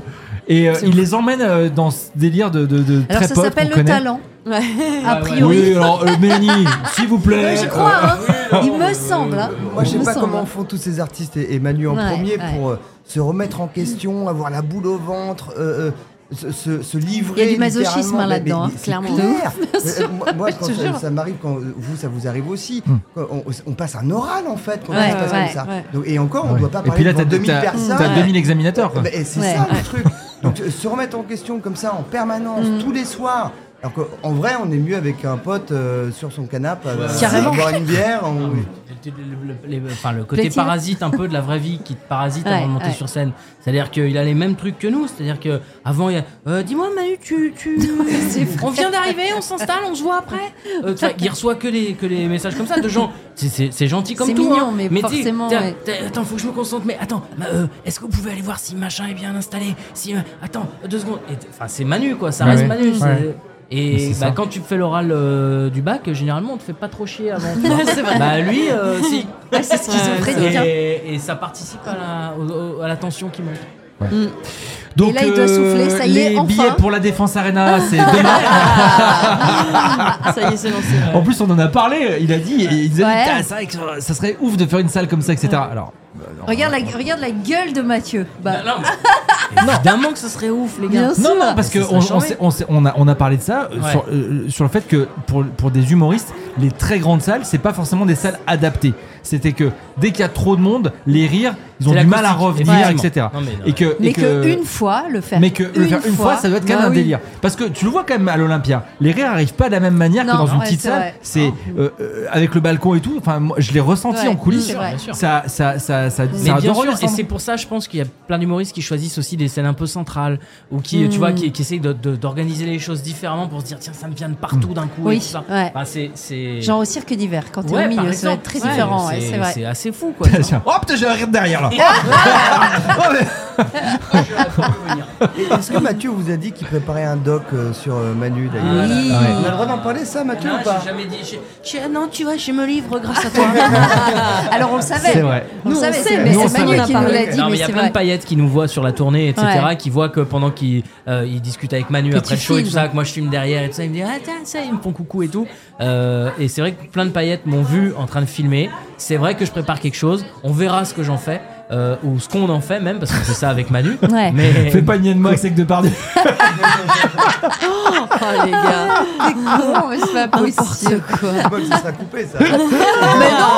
S2: et euh, il les emmène euh, dans ce délire de, de, de
S4: Alors
S2: très
S4: ça
S2: potes
S4: s'appelle
S2: qu'on
S4: le
S2: connaît.
S4: talent, a
S8: ouais.
S4: priori.
S2: Oui, alors euh, Mélanie, s'il vous plaît.
S4: Ouais, je crois,
S2: euh,
S4: hein. il me semble. hein.
S7: Moi, je
S4: Il
S7: sais
S4: me
S7: pas
S4: semble.
S7: comment font tous ces artistes et, et Manu en
S4: Ouais,
S7: premier
S4: ouais.
S7: pour euh, se remettre en question, avoir la boule au ventre, euh, euh, se, se- se livrer.
S4: Il y a du masochisme, hein,
S7: littéralement. Mais-
S4: là-dedans,
S7: mais-
S4: hein,
S7: mais c'est
S4: clairement.
S7: clair.
S4: Bien sûr,
S7: Euh, moi- Moi,
S4: je
S7: quand
S4: te jure.
S7: ça, ça m'arrive, quand euh, vous, ça vous arrive aussi.
S2: Hmm.
S7: quand On, on passe un oral en fait quand
S4: Ouais,
S7: ça se passe
S4: ouais,
S7: comme ça.
S6: ouais.
S7: Donc, et encore, on
S2: Ouais.
S7: doit pas
S2: Et
S7: parler
S2: puis là,
S7: devant
S2: t'as
S7: 2000
S2: t'as-
S7: personnes.
S2: t'as 2000 examinateurs. quoi.
S7: Bah, et c'est
S4: Ouais. Mm.
S7: ça le truc. Donc, euh, se remettre en question comme ça en permanence, tous les soirs. Alors qu'en vrai, on est mieux avec un pote euh, sur son canapé, euh,
S4: Carrément.
S7: à boire une bière.
S8: Ah
S7: on-
S8: Le, le- le- le- enfin, le côté
S4: Plaît-il
S8: parasite un peu de la vraie vie qui te parasite
S4: Ouais,
S8: avant de monter
S4: ouais.
S8: sur scène. C'est-à-dire qu'il a les mêmes trucs que nous. C'est-à-dire que avant il y a euh, dis-moi Manu, tu, tu... on vient d'arriver, on s'installe, on se voit après. Euh, tu vois, il reçoit que des que des messages comme ça de gens. C'est- C'est c'est gentil comme
S4: C'est
S8: tout.
S4: mignon,
S8: hein.
S4: mais
S8: tu sais,
S4: forcément,
S8: t'as-
S4: ouais.
S8: t'as- Attends, faut que je me concentre. Mais attends, bah, euh, est-ce que vous pouvez aller voir si machin est bien installé Si euh, attends deux secondes. Et t- Enfin c'est Manu quoi, ça
S2: Ouais,
S8: reste
S2: ouais.
S8: Manu. c'est-
S2: Ouais.
S8: Et
S2: Mais c'est
S8: bah,
S2: ça.
S8: quand tu fais l'oral euh, du bac, généralement on te fait pas trop chier avant. tu vois. bah lui, euh, si.
S4: Ouais, c'est schizophrénique. hein.
S8: Et, et ça participe à la, au- au- à la tension qui monte.
S2: Donc, euh,
S4: Et là, il doit souffler, ça y est,
S2: les
S4: enfin.
S2: billets pour la Défense Arena, c'est demain.
S6: Ça y est, c'est lancé.
S2: En plus, on en a parlé. Il a dit, et il nous a dit,
S8: Eh.
S4: Ouais.
S8: Ah,
S2: Putain, c'est vrai que ça- ça serait ouf de faire une salle comme ça, etc. Alors,
S4: Regarde la, regarde la gueule de Mathieu. Bah,
S8: Non, mais- Évidemment que ce serait ouf, les gars.
S4: bien sûr.
S2: non, non, parce
S8: ça
S2: que
S8: serait
S2: on, on
S8: charmé.
S2: s'est- on s'est- on a, on a parlé de ça euh,
S8: Ouais.
S2: sur, euh, sur le fait que pour, pour des humoristes, les très grandes salles, c'est pas forcément des salles adaptées. C'était que dès qu'il y a trop de monde, les rires, ils ont
S8: C'est
S2: du
S8: l'acoustique,
S2: mal à revenir,
S8: effectivement.
S2: etc.
S8: Non, mais non,
S2: Et que,
S4: Mais
S2: et
S4: que une fois, le faire.
S2: Mais que le faire une fois, ça doit être quand même
S4: bah
S2: un
S4: oui.
S2: délire. Parce que tu le vois quand même à l'Olympia, les rires arrivent pas de la même manière que
S4: Non,
S2: dans une
S4: ouais,
S2: petite
S4: c'est
S2: salle.
S4: vrai.
S2: C'est euh, euh, avec le balcon et tout. Enfin, moi, je l'ai ressenti
S4: Ouais,
S2: en coulisses.
S4: c'est vrai.
S8: Bien sûr.
S2: Ça, ça, ça, ça,
S8: Mais
S2: ça
S8: bien
S2: adore
S8: sûr, et
S2: ensemble.
S8: c'est pour ça, je pense qu'il y a plein d'humoristes qui choisissent aussi des scènes un peu centrales ou qui, tu
S4: Hmm.
S8: vois, qui, qui essayent de- de- d'organiser les choses différemment pour se dire tiens, ça me vient de partout d'un coup.
S4: Oui,
S8: et tout ça.
S4: ouais.
S8: Enfin, c'est- c'est
S4: Genre au cirque d'hiver, quand t'es
S8: Ouais,
S4: au
S8: par
S4: milieu, ça doit
S8: exemple.
S4: être très
S8: Ouais,
S4: différent, ouais,
S8: c'est
S4: c'est vrai.
S8: c'est assez fou, quoi. tu vois.
S2: Tiens. Oh putain, j'ai un rire derrière là.
S4: Ah,
S7: Est-ce que Mathieu vous a dit qu'il préparait un doc euh, sur euh, Manu d'ailleurs
S4: Oui.
S7: On a le droit d'en parler ça Mathieu
S8: Non,
S7: ou pas
S8: j'ai jamais dit. j'ai- j'ai- ah non, tu vois, je me livre grâce à toi.
S4: Alors on le savait.
S2: C'est vrai.
S4: On le
S6: Nous, on
S4: savait,
S6: sait,
S4: c'est
S6: mais
S4: mais
S6: nous, on
S4: c'est
S6: savait.
S4: Manu qui nous l'a
S8: Non,
S4: dit,
S8: mais
S4: mais
S8: il y a
S4: c'est
S8: plein
S4: vrai.
S8: de paillettes qui nous voient sur la tournée, etc.
S4: Ouais.
S8: Qui voient que pendant qu'ils euh, ils discutent avec Manu après le
S4: tu
S8: show et tout
S4: filmes.
S8: ça, que moi je filme derrière et tout ça, ils me disent Ah, tiens, ça, ils me font coucou et tout. Euh, et c'est vrai que plein de paillettes m'ont vu en train de filmer. C'est vrai que je prépare quelque chose. On verra ce que j'en fais. euh, ou ce qu'on en fait même parce qu'on fait ça avec Manu
S4: Ouais.
S8: mais
S2: Oh, Fais pas une de moi avec de Depardieu.
S6: Oh, les gars.
S4: Non, mais c'est pas possible.
S7: Je crois que ça sera coupé ça.
S4: Mais non,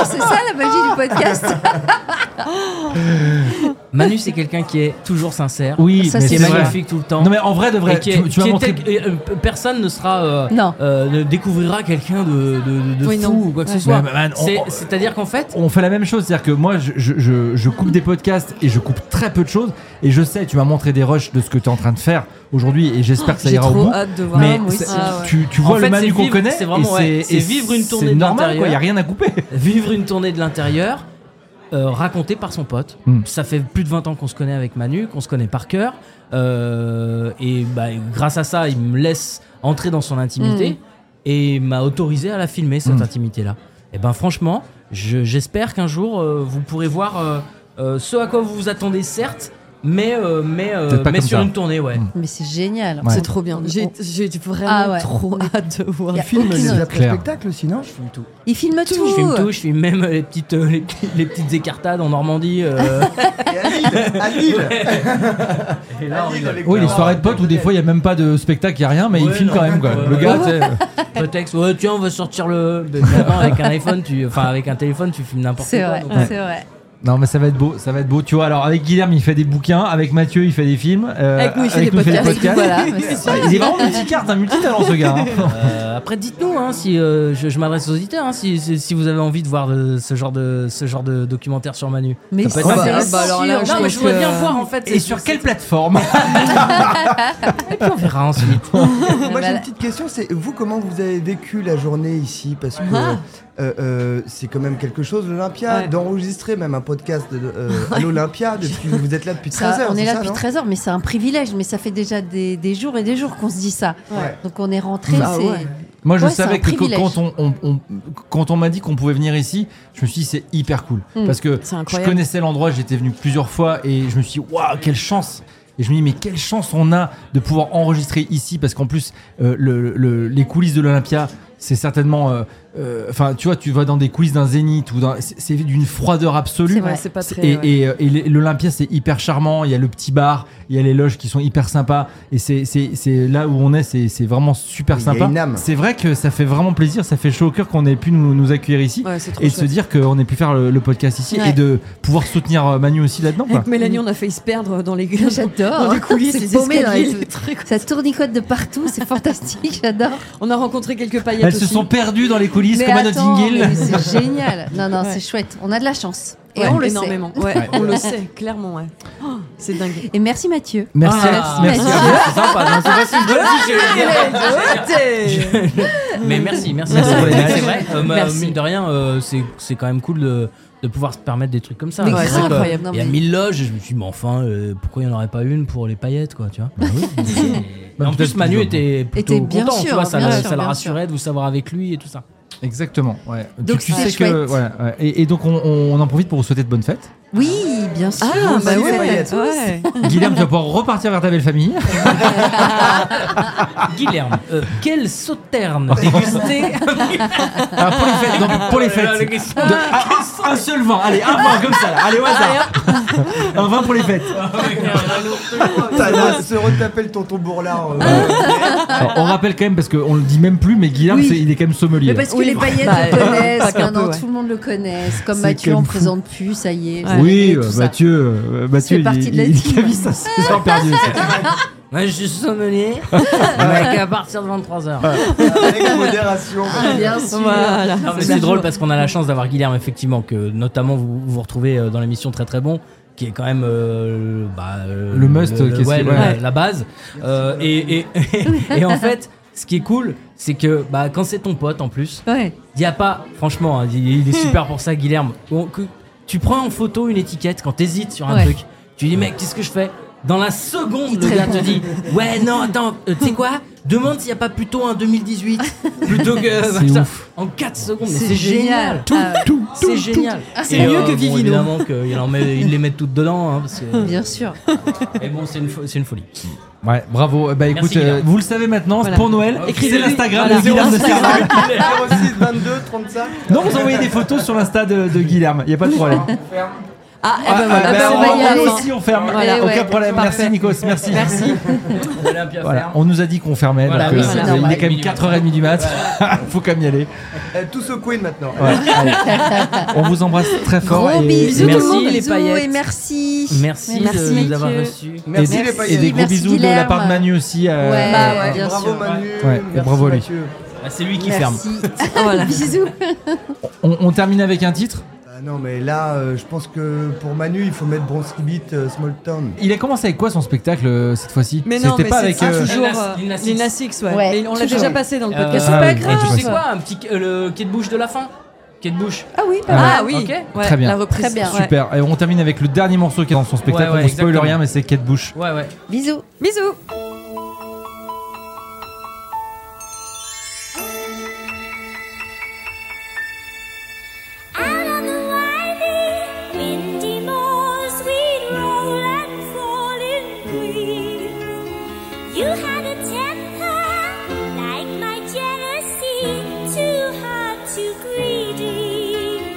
S4: c'est ça la magie du podcast.
S8: Manu c'est quelqu'un qui est toujours sincère
S2: Oui,
S4: Ça,
S2: mais
S8: qui
S4: c'est
S8: est
S2: c'est vrai.
S8: magnifique tout le temps
S2: Non mais en vrai de vrai,
S8: Et qui
S2: tu,
S8: est-
S2: tu m'as
S8: qui est
S2: montré.
S8: tec- et, euh, p- personne ne sera euh,
S4: Non.
S8: euh, ne découvrira quelqu'un de, de- de- de
S4: Oui,
S8: fou
S4: non.
S8: ou quoi que
S4: Ouais.
S8: ce soit.
S2: Mais, man, on-
S8: C'est-
S2: on-
S8: C'est-à-dire qu'en fait,
S2: On fait la même chose, c'est-à-dire que moi je, je- je- je coupe des podcasts et je coupe très peu de choses et je sais, tu m'as montré des rushs de ce que tu es en train de faire aujourd'hui et j'espère que ça
S6: J'ai
S2: ira au
S6: trop
S2: bout.
S6: hâte de voir.
S2: Mais
S6: Ah, moi
S2: c'est-
S6: aussi. Ah, ouais.
S2: tu, tu
S8: En
S2: vois
S8: fait,
S2: le Manu
S8: c'est
S2: qu'on
S8: vivre-
S2: connaît,
S8: c'est vraiment,
S2: et
S8: ouais, c'est vivre une tournée
S2: C'est
S8: de
S2: normal,
S8: l'intérieur.
S2: quoi. Il y a rien à couper.
S8: vivre une tournée de l'intérieur, euh, racontée par son pote,
S2: Hmm.
S8: ça fait plus de 20 ans qu'on se connaît avec Manu, qu'on se connaît par cœur, euh, et bah, grâce à ça, il me laisse entrer dans son intimité et m'a autorisé à la filmer, cette
S2: Hmm.
S8: intimité-là. Et ben franchement, je- j'espère qu'un jour, euh, vous pourrez voir euh, euh, ce à quoi vous vous attendez, certes, mais, euh, mais, euh,
S2: Peut-être pas
S8: mais
S2: comme
S8: sur
S2: ça. Hmm.
S8: une tournée, ouais.
S4: Mais c'est génial.
S2: Ouais.
S6: C'est trop bien. J'ai j'ai vraiment
S4: Ah ouais.
S6: trop hâte de voir.
S4: Il y a
S7: Filme
S4: aucune-
S7: les
S2: Claire.
S7: après-spectacles sinon
S8: Je filme tout.
S4: Il filme tout.
S8: Je filme tout, je filme même les petites, euh, les, petits- les petites écartades en Normandie. euh,
S7: Et à Lille, à Lille.
S8: et là, on rigole.
S2: Oui, les soirées de potes où des fois il y a même pas de spectacle, il y a rien, mais
S8: Ouais,
S2: il filme
S8: non,
S2: quand même quoi.
S8: ouais,
S2: Le
S8: ouais.
S2: gars, tu sais, euh,
S8: Prétexte, ouais, tiens, on va sortir le. Mais maintenant, avec un iPhone, tu. Enfin, avec un téléphone, tu filmes n'importe quoi.
S4: C'est vrai,
S8: donc-
S4: c'est vrai.
S8: Ah,
S2: Non mais ça va être beau, ça va être beau. Tu vois, alors avec Guilherme il fait des bouquins, avec Mathieu il fait des films, euh,
S6: Avec nous, il fait des podcasts.
S4: Voilà, mais c'est ça.
S2: Ouais, il est vraiment multicarte, un multitalent ce gars. hein.
S8: Euh, après, dites-nous, hein, si euh, je, je m'adresse aux auditeurs, hein, si, si, si vous avez envie de voir euh, ce genre de ce genre de documentaire sur Manu.
S4: Mais
S8: Ça
S4: c'est
S8: peut être
S7: Ah bah,
S4: sûr.
S7: ah
S6: bah alors là, je
S8: Non, mais
S6: pense
S8: je voudrais
S6: que-
S8: bien voir en fait.
S2: Et sur quelle plateforme
S8: plateforme On verra ensuite.
S7: Moi j'ai
S4: Voilà.
S7: une petite question, c'est vous comment vous avez vécu la journée ici Parce que
S6: Ah.
S7: euh, euh, c'est quand même quelque chose l'Olympia,
S6: Ouais.
S7: d'enregistrer même un podcast de- de, euh, à l'Olympia depuis vous êtes là depuis
S4: Ça,
S7: 13 heures.
S4: on est
S7: c'est
S4: là
S7: ça,
S4: depuis
S7: non
S4: 13 heures, mais c'est un privilège. Mais ça fait déjà des, des jours et des jours qu'on se dit ça.
S7: Ouais.
S4: Donc on est rentré.
S8: Bah
S7: Ah
S4: c'est
S7: ouais.
S2: Moi je
S4: Ouais, c'est un
S2: savais que
S4: privilège.
S2: quand on, on- on- quand on m'a dit qu'on pouvait venir ici, je me suis dit c'est hyper cool
S4: Mm,
S2: parce que
S6: c'est
S2: je
S6: incroyable.
S2: connaissais l'endroit, j'étais venu plusieurs fois et je me suis dit waouh quelle chance. Et je me dis mais quelle chance on a de pouvoir enregistrer ici parce qu'en plus euh, le- le- les coulisses de l'Olympia c'est certainement euh, euh, enfin tu vois tu vas dans des coulisses d'un zénith ou d'un c'est c'est d'une froideur absolue.
S4: C'est vrai,
S6: c'est pas très.
S2: Et,
S6: ouais.
S2: et, euh, et l- l'Olympia, c'est hyper charmant. Il y a le petit bar, il y a les loges qui sont hyper sympas. Et c'est- c'est c'est là où on est, c'est c'est vraiment super
S7: Il y a
S2: sympa.
S7: une âme.
S2: C'est vrai que ça fait vraiment plaisir, ça fait chaud au cœur qu'on ait pu nous, nous accueillir ici.
S6: Ouais, c'est trop
S2: Et de se
S6: chouette.
S2: dire qu'on ait pu faire le, le podcast ici
S4: Ouais.
S2: et de pouvoir soutenir euh, Manu aussi là-dedans. quoi.
S6: Avec Mélanie, on a failli se perdre dans les
S4: J'adore.
S6: dans les coulisses,
S4: C'est
S6: les
S4: paumé dans les-
S6: escaliers, les trucs.
S4: Ça tournicote de partout, c'est fantastique, j'adore.
S6: On a rencontré quelques paillettes
S2: Elles se
S6: aussi.
S2: sont perdues dans les coulisses
S4: Mais
S2: comme à
S4: attends,
S2: Notting Hill.
S4: mais c'est génial. Non, non, c'est chouette. On a de la chance. Et
S6: Ouais,
S4: on le sait.
S6: énormément. Ouais, on le sait, clairement, ouais. Oh, c'est dingue.
S4: Et merci Mathieu.
S2: Merci,
S8: Ah,
S2: à- merci. à-
S8: C'est sympa, non, c'est facile. Ah,
S4: Ah
S8: Mais merci, merci.
S2: Merci pour les
S8: C'est
S2: matchs.
S8: vrai, euh,
S6: Merci.
S8: mine de rien, euh, c'est c'est quand même cool de, de pouvoir se permettre des trucs comme ça.
S6: Mais
S8: C'est
S6: grave,
S8: vrai que,
S6: incroyable.
S8: Il y a mille loges, et je me suis dit, mais enfin, euh, pourquoi il n'y en aurait pas une pour les paillettes, quoi, tu vois Et En
S2: Bah,
S8: plus,
S2: peut-être
S8: Manu
S2: plus
S8: était plutôt
S4: Bah Était bien
S8: content, tu
S4: sûr,
S8: vois, ça,
S4: bien
S8: le-
S4: sûr,
S8: ça le
S4: bien
S8: rassurait de vous savoir avec lui et tout ça.
S2: Exactement. ouais.
S4: Donc,
S2: tu, tu
S4: c'est
S2: sais que
S4: chouette.
S2: voilà, ouais. et, et donc on, on en profite pour vous souhaiter de bonnes fêtes.
S4: Oui, bien sûr.
S6: Ah,
S4: bonne
S6: bah
S4: fête
S6: ouais,
S4: à tous.
S6: ouais.
S2: Guilherme, tu vas pouvoir repartir vers ta belle famille. Ah,
S8: Guilherme, euh, quelle sauterne dégustée
S2: Alors, pour les fêtes, donc, pour les
S8: Oh là là,
S2: fêtes
S8: les questions.
S2: de- ah, un seul vent. Allez, un vent comme ça. là. Allez, au hasard. Un vent pour les fêtes.
S7: T'as l'air de se retaper le tonton bourlard. euh.
S4: Ah.
S2: Alors, on rappelle quand même, parce qu'on le dit même plus, mais Guilherme,
S4: Oui.
S2: c'est- il est quand même sommelier.
S4: Mais parce que
S6: Oui.
S4: les paillettes
S6: Bah,
S4: le
S6: pas
S4: connaissent,
S6: qu'un
S4: maintenant
S6: peu, ouais.
S4: tout le monde le connaît. C'est Comme
S2: C'est
S4: Mathieu,
S2: comme
S4: on
S2: fou.
S4: présente plus, ça y est. c'est
S2: Oui,
S4: terminé, tout
S2: euh,
S4: ça.
S2: Mathieu, euh,
S4: fait
S2: Mathieu, il,
S4: partie de la
S2: il- il
S4: team.
S2: cavise ça, c'est heures perdues.
S8: Moi, je suis sommelier. Avec à partir de 23h.
S7: Avec modération.
S4: Ah, Bien sûr.
S6: Voilà.
S8: Non, mais c'est drôle parce qu'on a la chance d'avoir Guilherme, effectivement, que notamment vous vous retrouvez euh, dans l'émission Très Très Bon, qui est quand même euh, bah, euh,
S2: Le must, qu'est-ce
S8: ouais,
S2: que-
S8: le-
S2: ouais.
S8: la base. Euh, et, et, et en fait, ce qui est cool, c'est que bah, quand c'est ton pote en plus,
S4: Ouais.
S8: il y a pas, franchement, hein, il il est super pour ça, Guilherme. On- que- tu prends en photo une étiquette quand t'hésites sur un
S4: Ouais.
S8: truc, tu dis, mec, qu'est-ce que je fais Dans la seconde, le gars te dit, ouais, non, attends, euh, tu sais quoi Demande s'il n'y a pas plutôt un 2018 plutôt que. ça. En 4 secondes, mais c'est génial!
S4: Tout, tout,
S8: C'est génial.
S6: Ah, c'est mieux que Vivino.
S8: évidemment qu'il en met, il les met toutes dedans. hein, parce que-
S4: Bien sûr.
S8: Mais bon, c'est une, fo- c'est une folie.
S2: Ouais, bravo. Bah écoute, euh,
S8: Guilherme.
S2: vous le savez maintenant, c'est
S6: Voilà.
S2: pour Noël.
S6: Écrivez-
S2: C'est l'Instagram
S6: voilà.
S2: de Guilherme de Servac.
S7: 06 22 35.
S2: Non, vous envoyez des photos sur l'Insta de, de Guilherme, il a pas de problème.
S6: Ah, eh ben
S2: Ah,
S6: voilà,
S2: ah,
S6: bah,
S2: bah,
S4: va
S6: c'est
S2: on-
S4: y
S6: pas grave.
S4: aller.
S2: on aussi, on ferme.
S6: Voilà.
S2: Aucun
S4: Eh ouais,
S2: problème. Merci Nikos, merci.
S8: Olympia
S2: Voilà,
S8: ferme.
S2: on nous a dit qu'on fermait.
S8: Voilà,
S2: donc,
S8: oui,
S2: euh,
S8: c'est
S2: il
S8: normal.
S2: est quand même 4h30 du mat. Faut quand même y aller.
S7: Eh, Tous au Queen maintenant.
S2: Ouais, allez. on vous embrasse très fort.
S4: Gros
S2: et-
S4: bisous tout
S2: et
S4: le
S8: merci,
S4: monde.
S8: les
S4: bisous
S8: paillettes.
S4: et merci.
S8: Merci, de
S4: Merci,
S8: nous avoir
S4: Mathieu.
S8: reçus.
S7: Merci
S2: et-
S7: les
S2: Et des
S7: paillettes.
S2: gros
S4: Merci,
S2: bisous de la
S4: Guilherme.
S2: part de Manu aussi. euh,
S4: Ah, Ouais,
S7: Bah ouais,
S4: bien
S7: bravo
S4: sûr.
S7: Manu,
S2: Ouais, et
S7: merci
S2: bravo à lui.
S7: Mathieu.
S8: Ah, c'est lui qui ferme.
S4: Merci.
S6: Voilà.
S4: Bisous.
S2: On, on termine avec un titre.
S7: Ah non mais là, euh, je pense que pour Manu, il faut mettre Bronski Beat, euh, Small Town.
S2: Il a commencé avec quoi son spectacle euh, cette fois-ci
S6: Mais non,
S2: C'était
S6: mais
S2: pas
S6: c'est
S2: avec.
S6: ah,
S2: euh,
S6: toujours
S8: Lil Nas-
S6: euh,
S8: Lil Nas X.
S6: Lil Nas X, ouais.
S4: Ouais,
S6: Mais on l'a
S4: toujours.
S6: déjà passé dans le
S8: Euh,
S6: podcast.
S2: C'est pas
S8: ah oui.
S2: grave.
S8: Et Tu sais
S2: Ouais.
S8: quoi, un petit euh, le quai de bouche de la fin Quai de bouche.
S4: Ah oui, pas
S6: Ah
S4: mal.
S6: oui,
S8: Ok.
S6: ouais,
S2: Très bien.
S6: la reprise.
S4: Très bien.
S6: Ouais.
S2: Super. Et on termine avec le dernier morceau qui est dans son spectacle.
S8: Ouais, ouais,
S2: on ne spoil
S8: exactement.
S2: rien, mais c'est Kate Bush.
S8: Ouais, ouais.
S4: Bisous.
S6: Bisous.
S9: Out on the winding, windy moors, we'd roll and fall in grief. You had a temper like my jealousy, too hot, too greedy.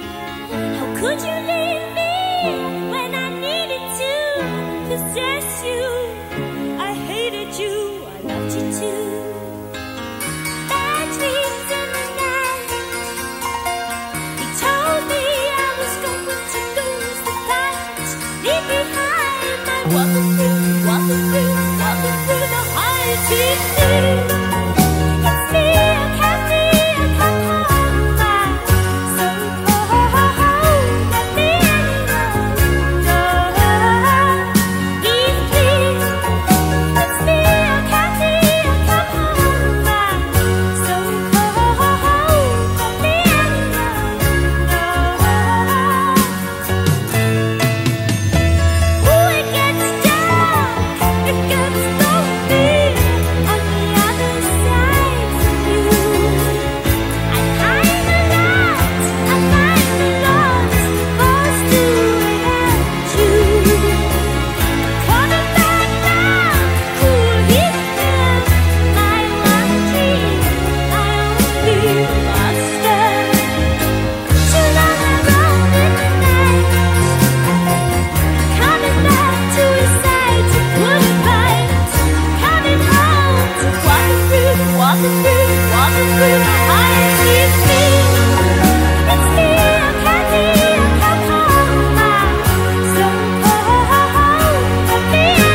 S9: How could you leave me when I needed to possess you? I hated you, I loved you too. Bad dreams in the night. He told me I was going to lose the fight. Leave behind my walking through, walking through, walking through the highs he knew. It's me, I can't be, oh, I can't hold back. oh. So oh. cold at the end of the Leave me. It's me, I can't be, I can't hold back. So cold at the end of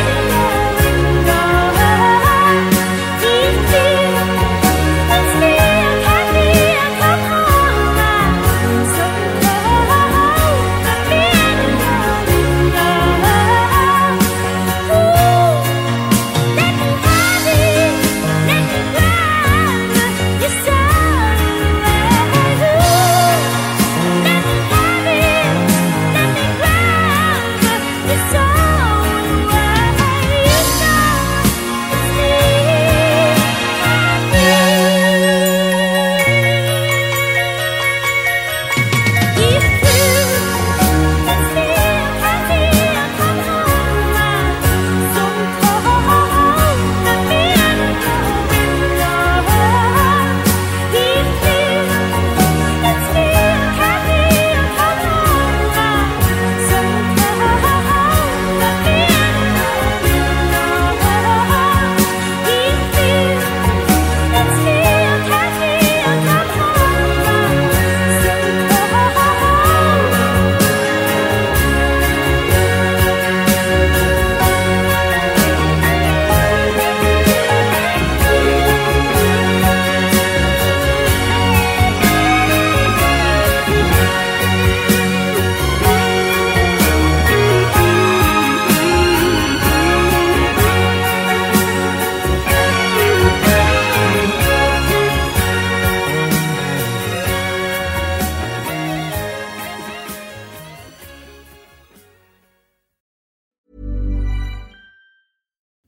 S9: the Ooh, it gets dark. oh,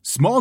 S10: Small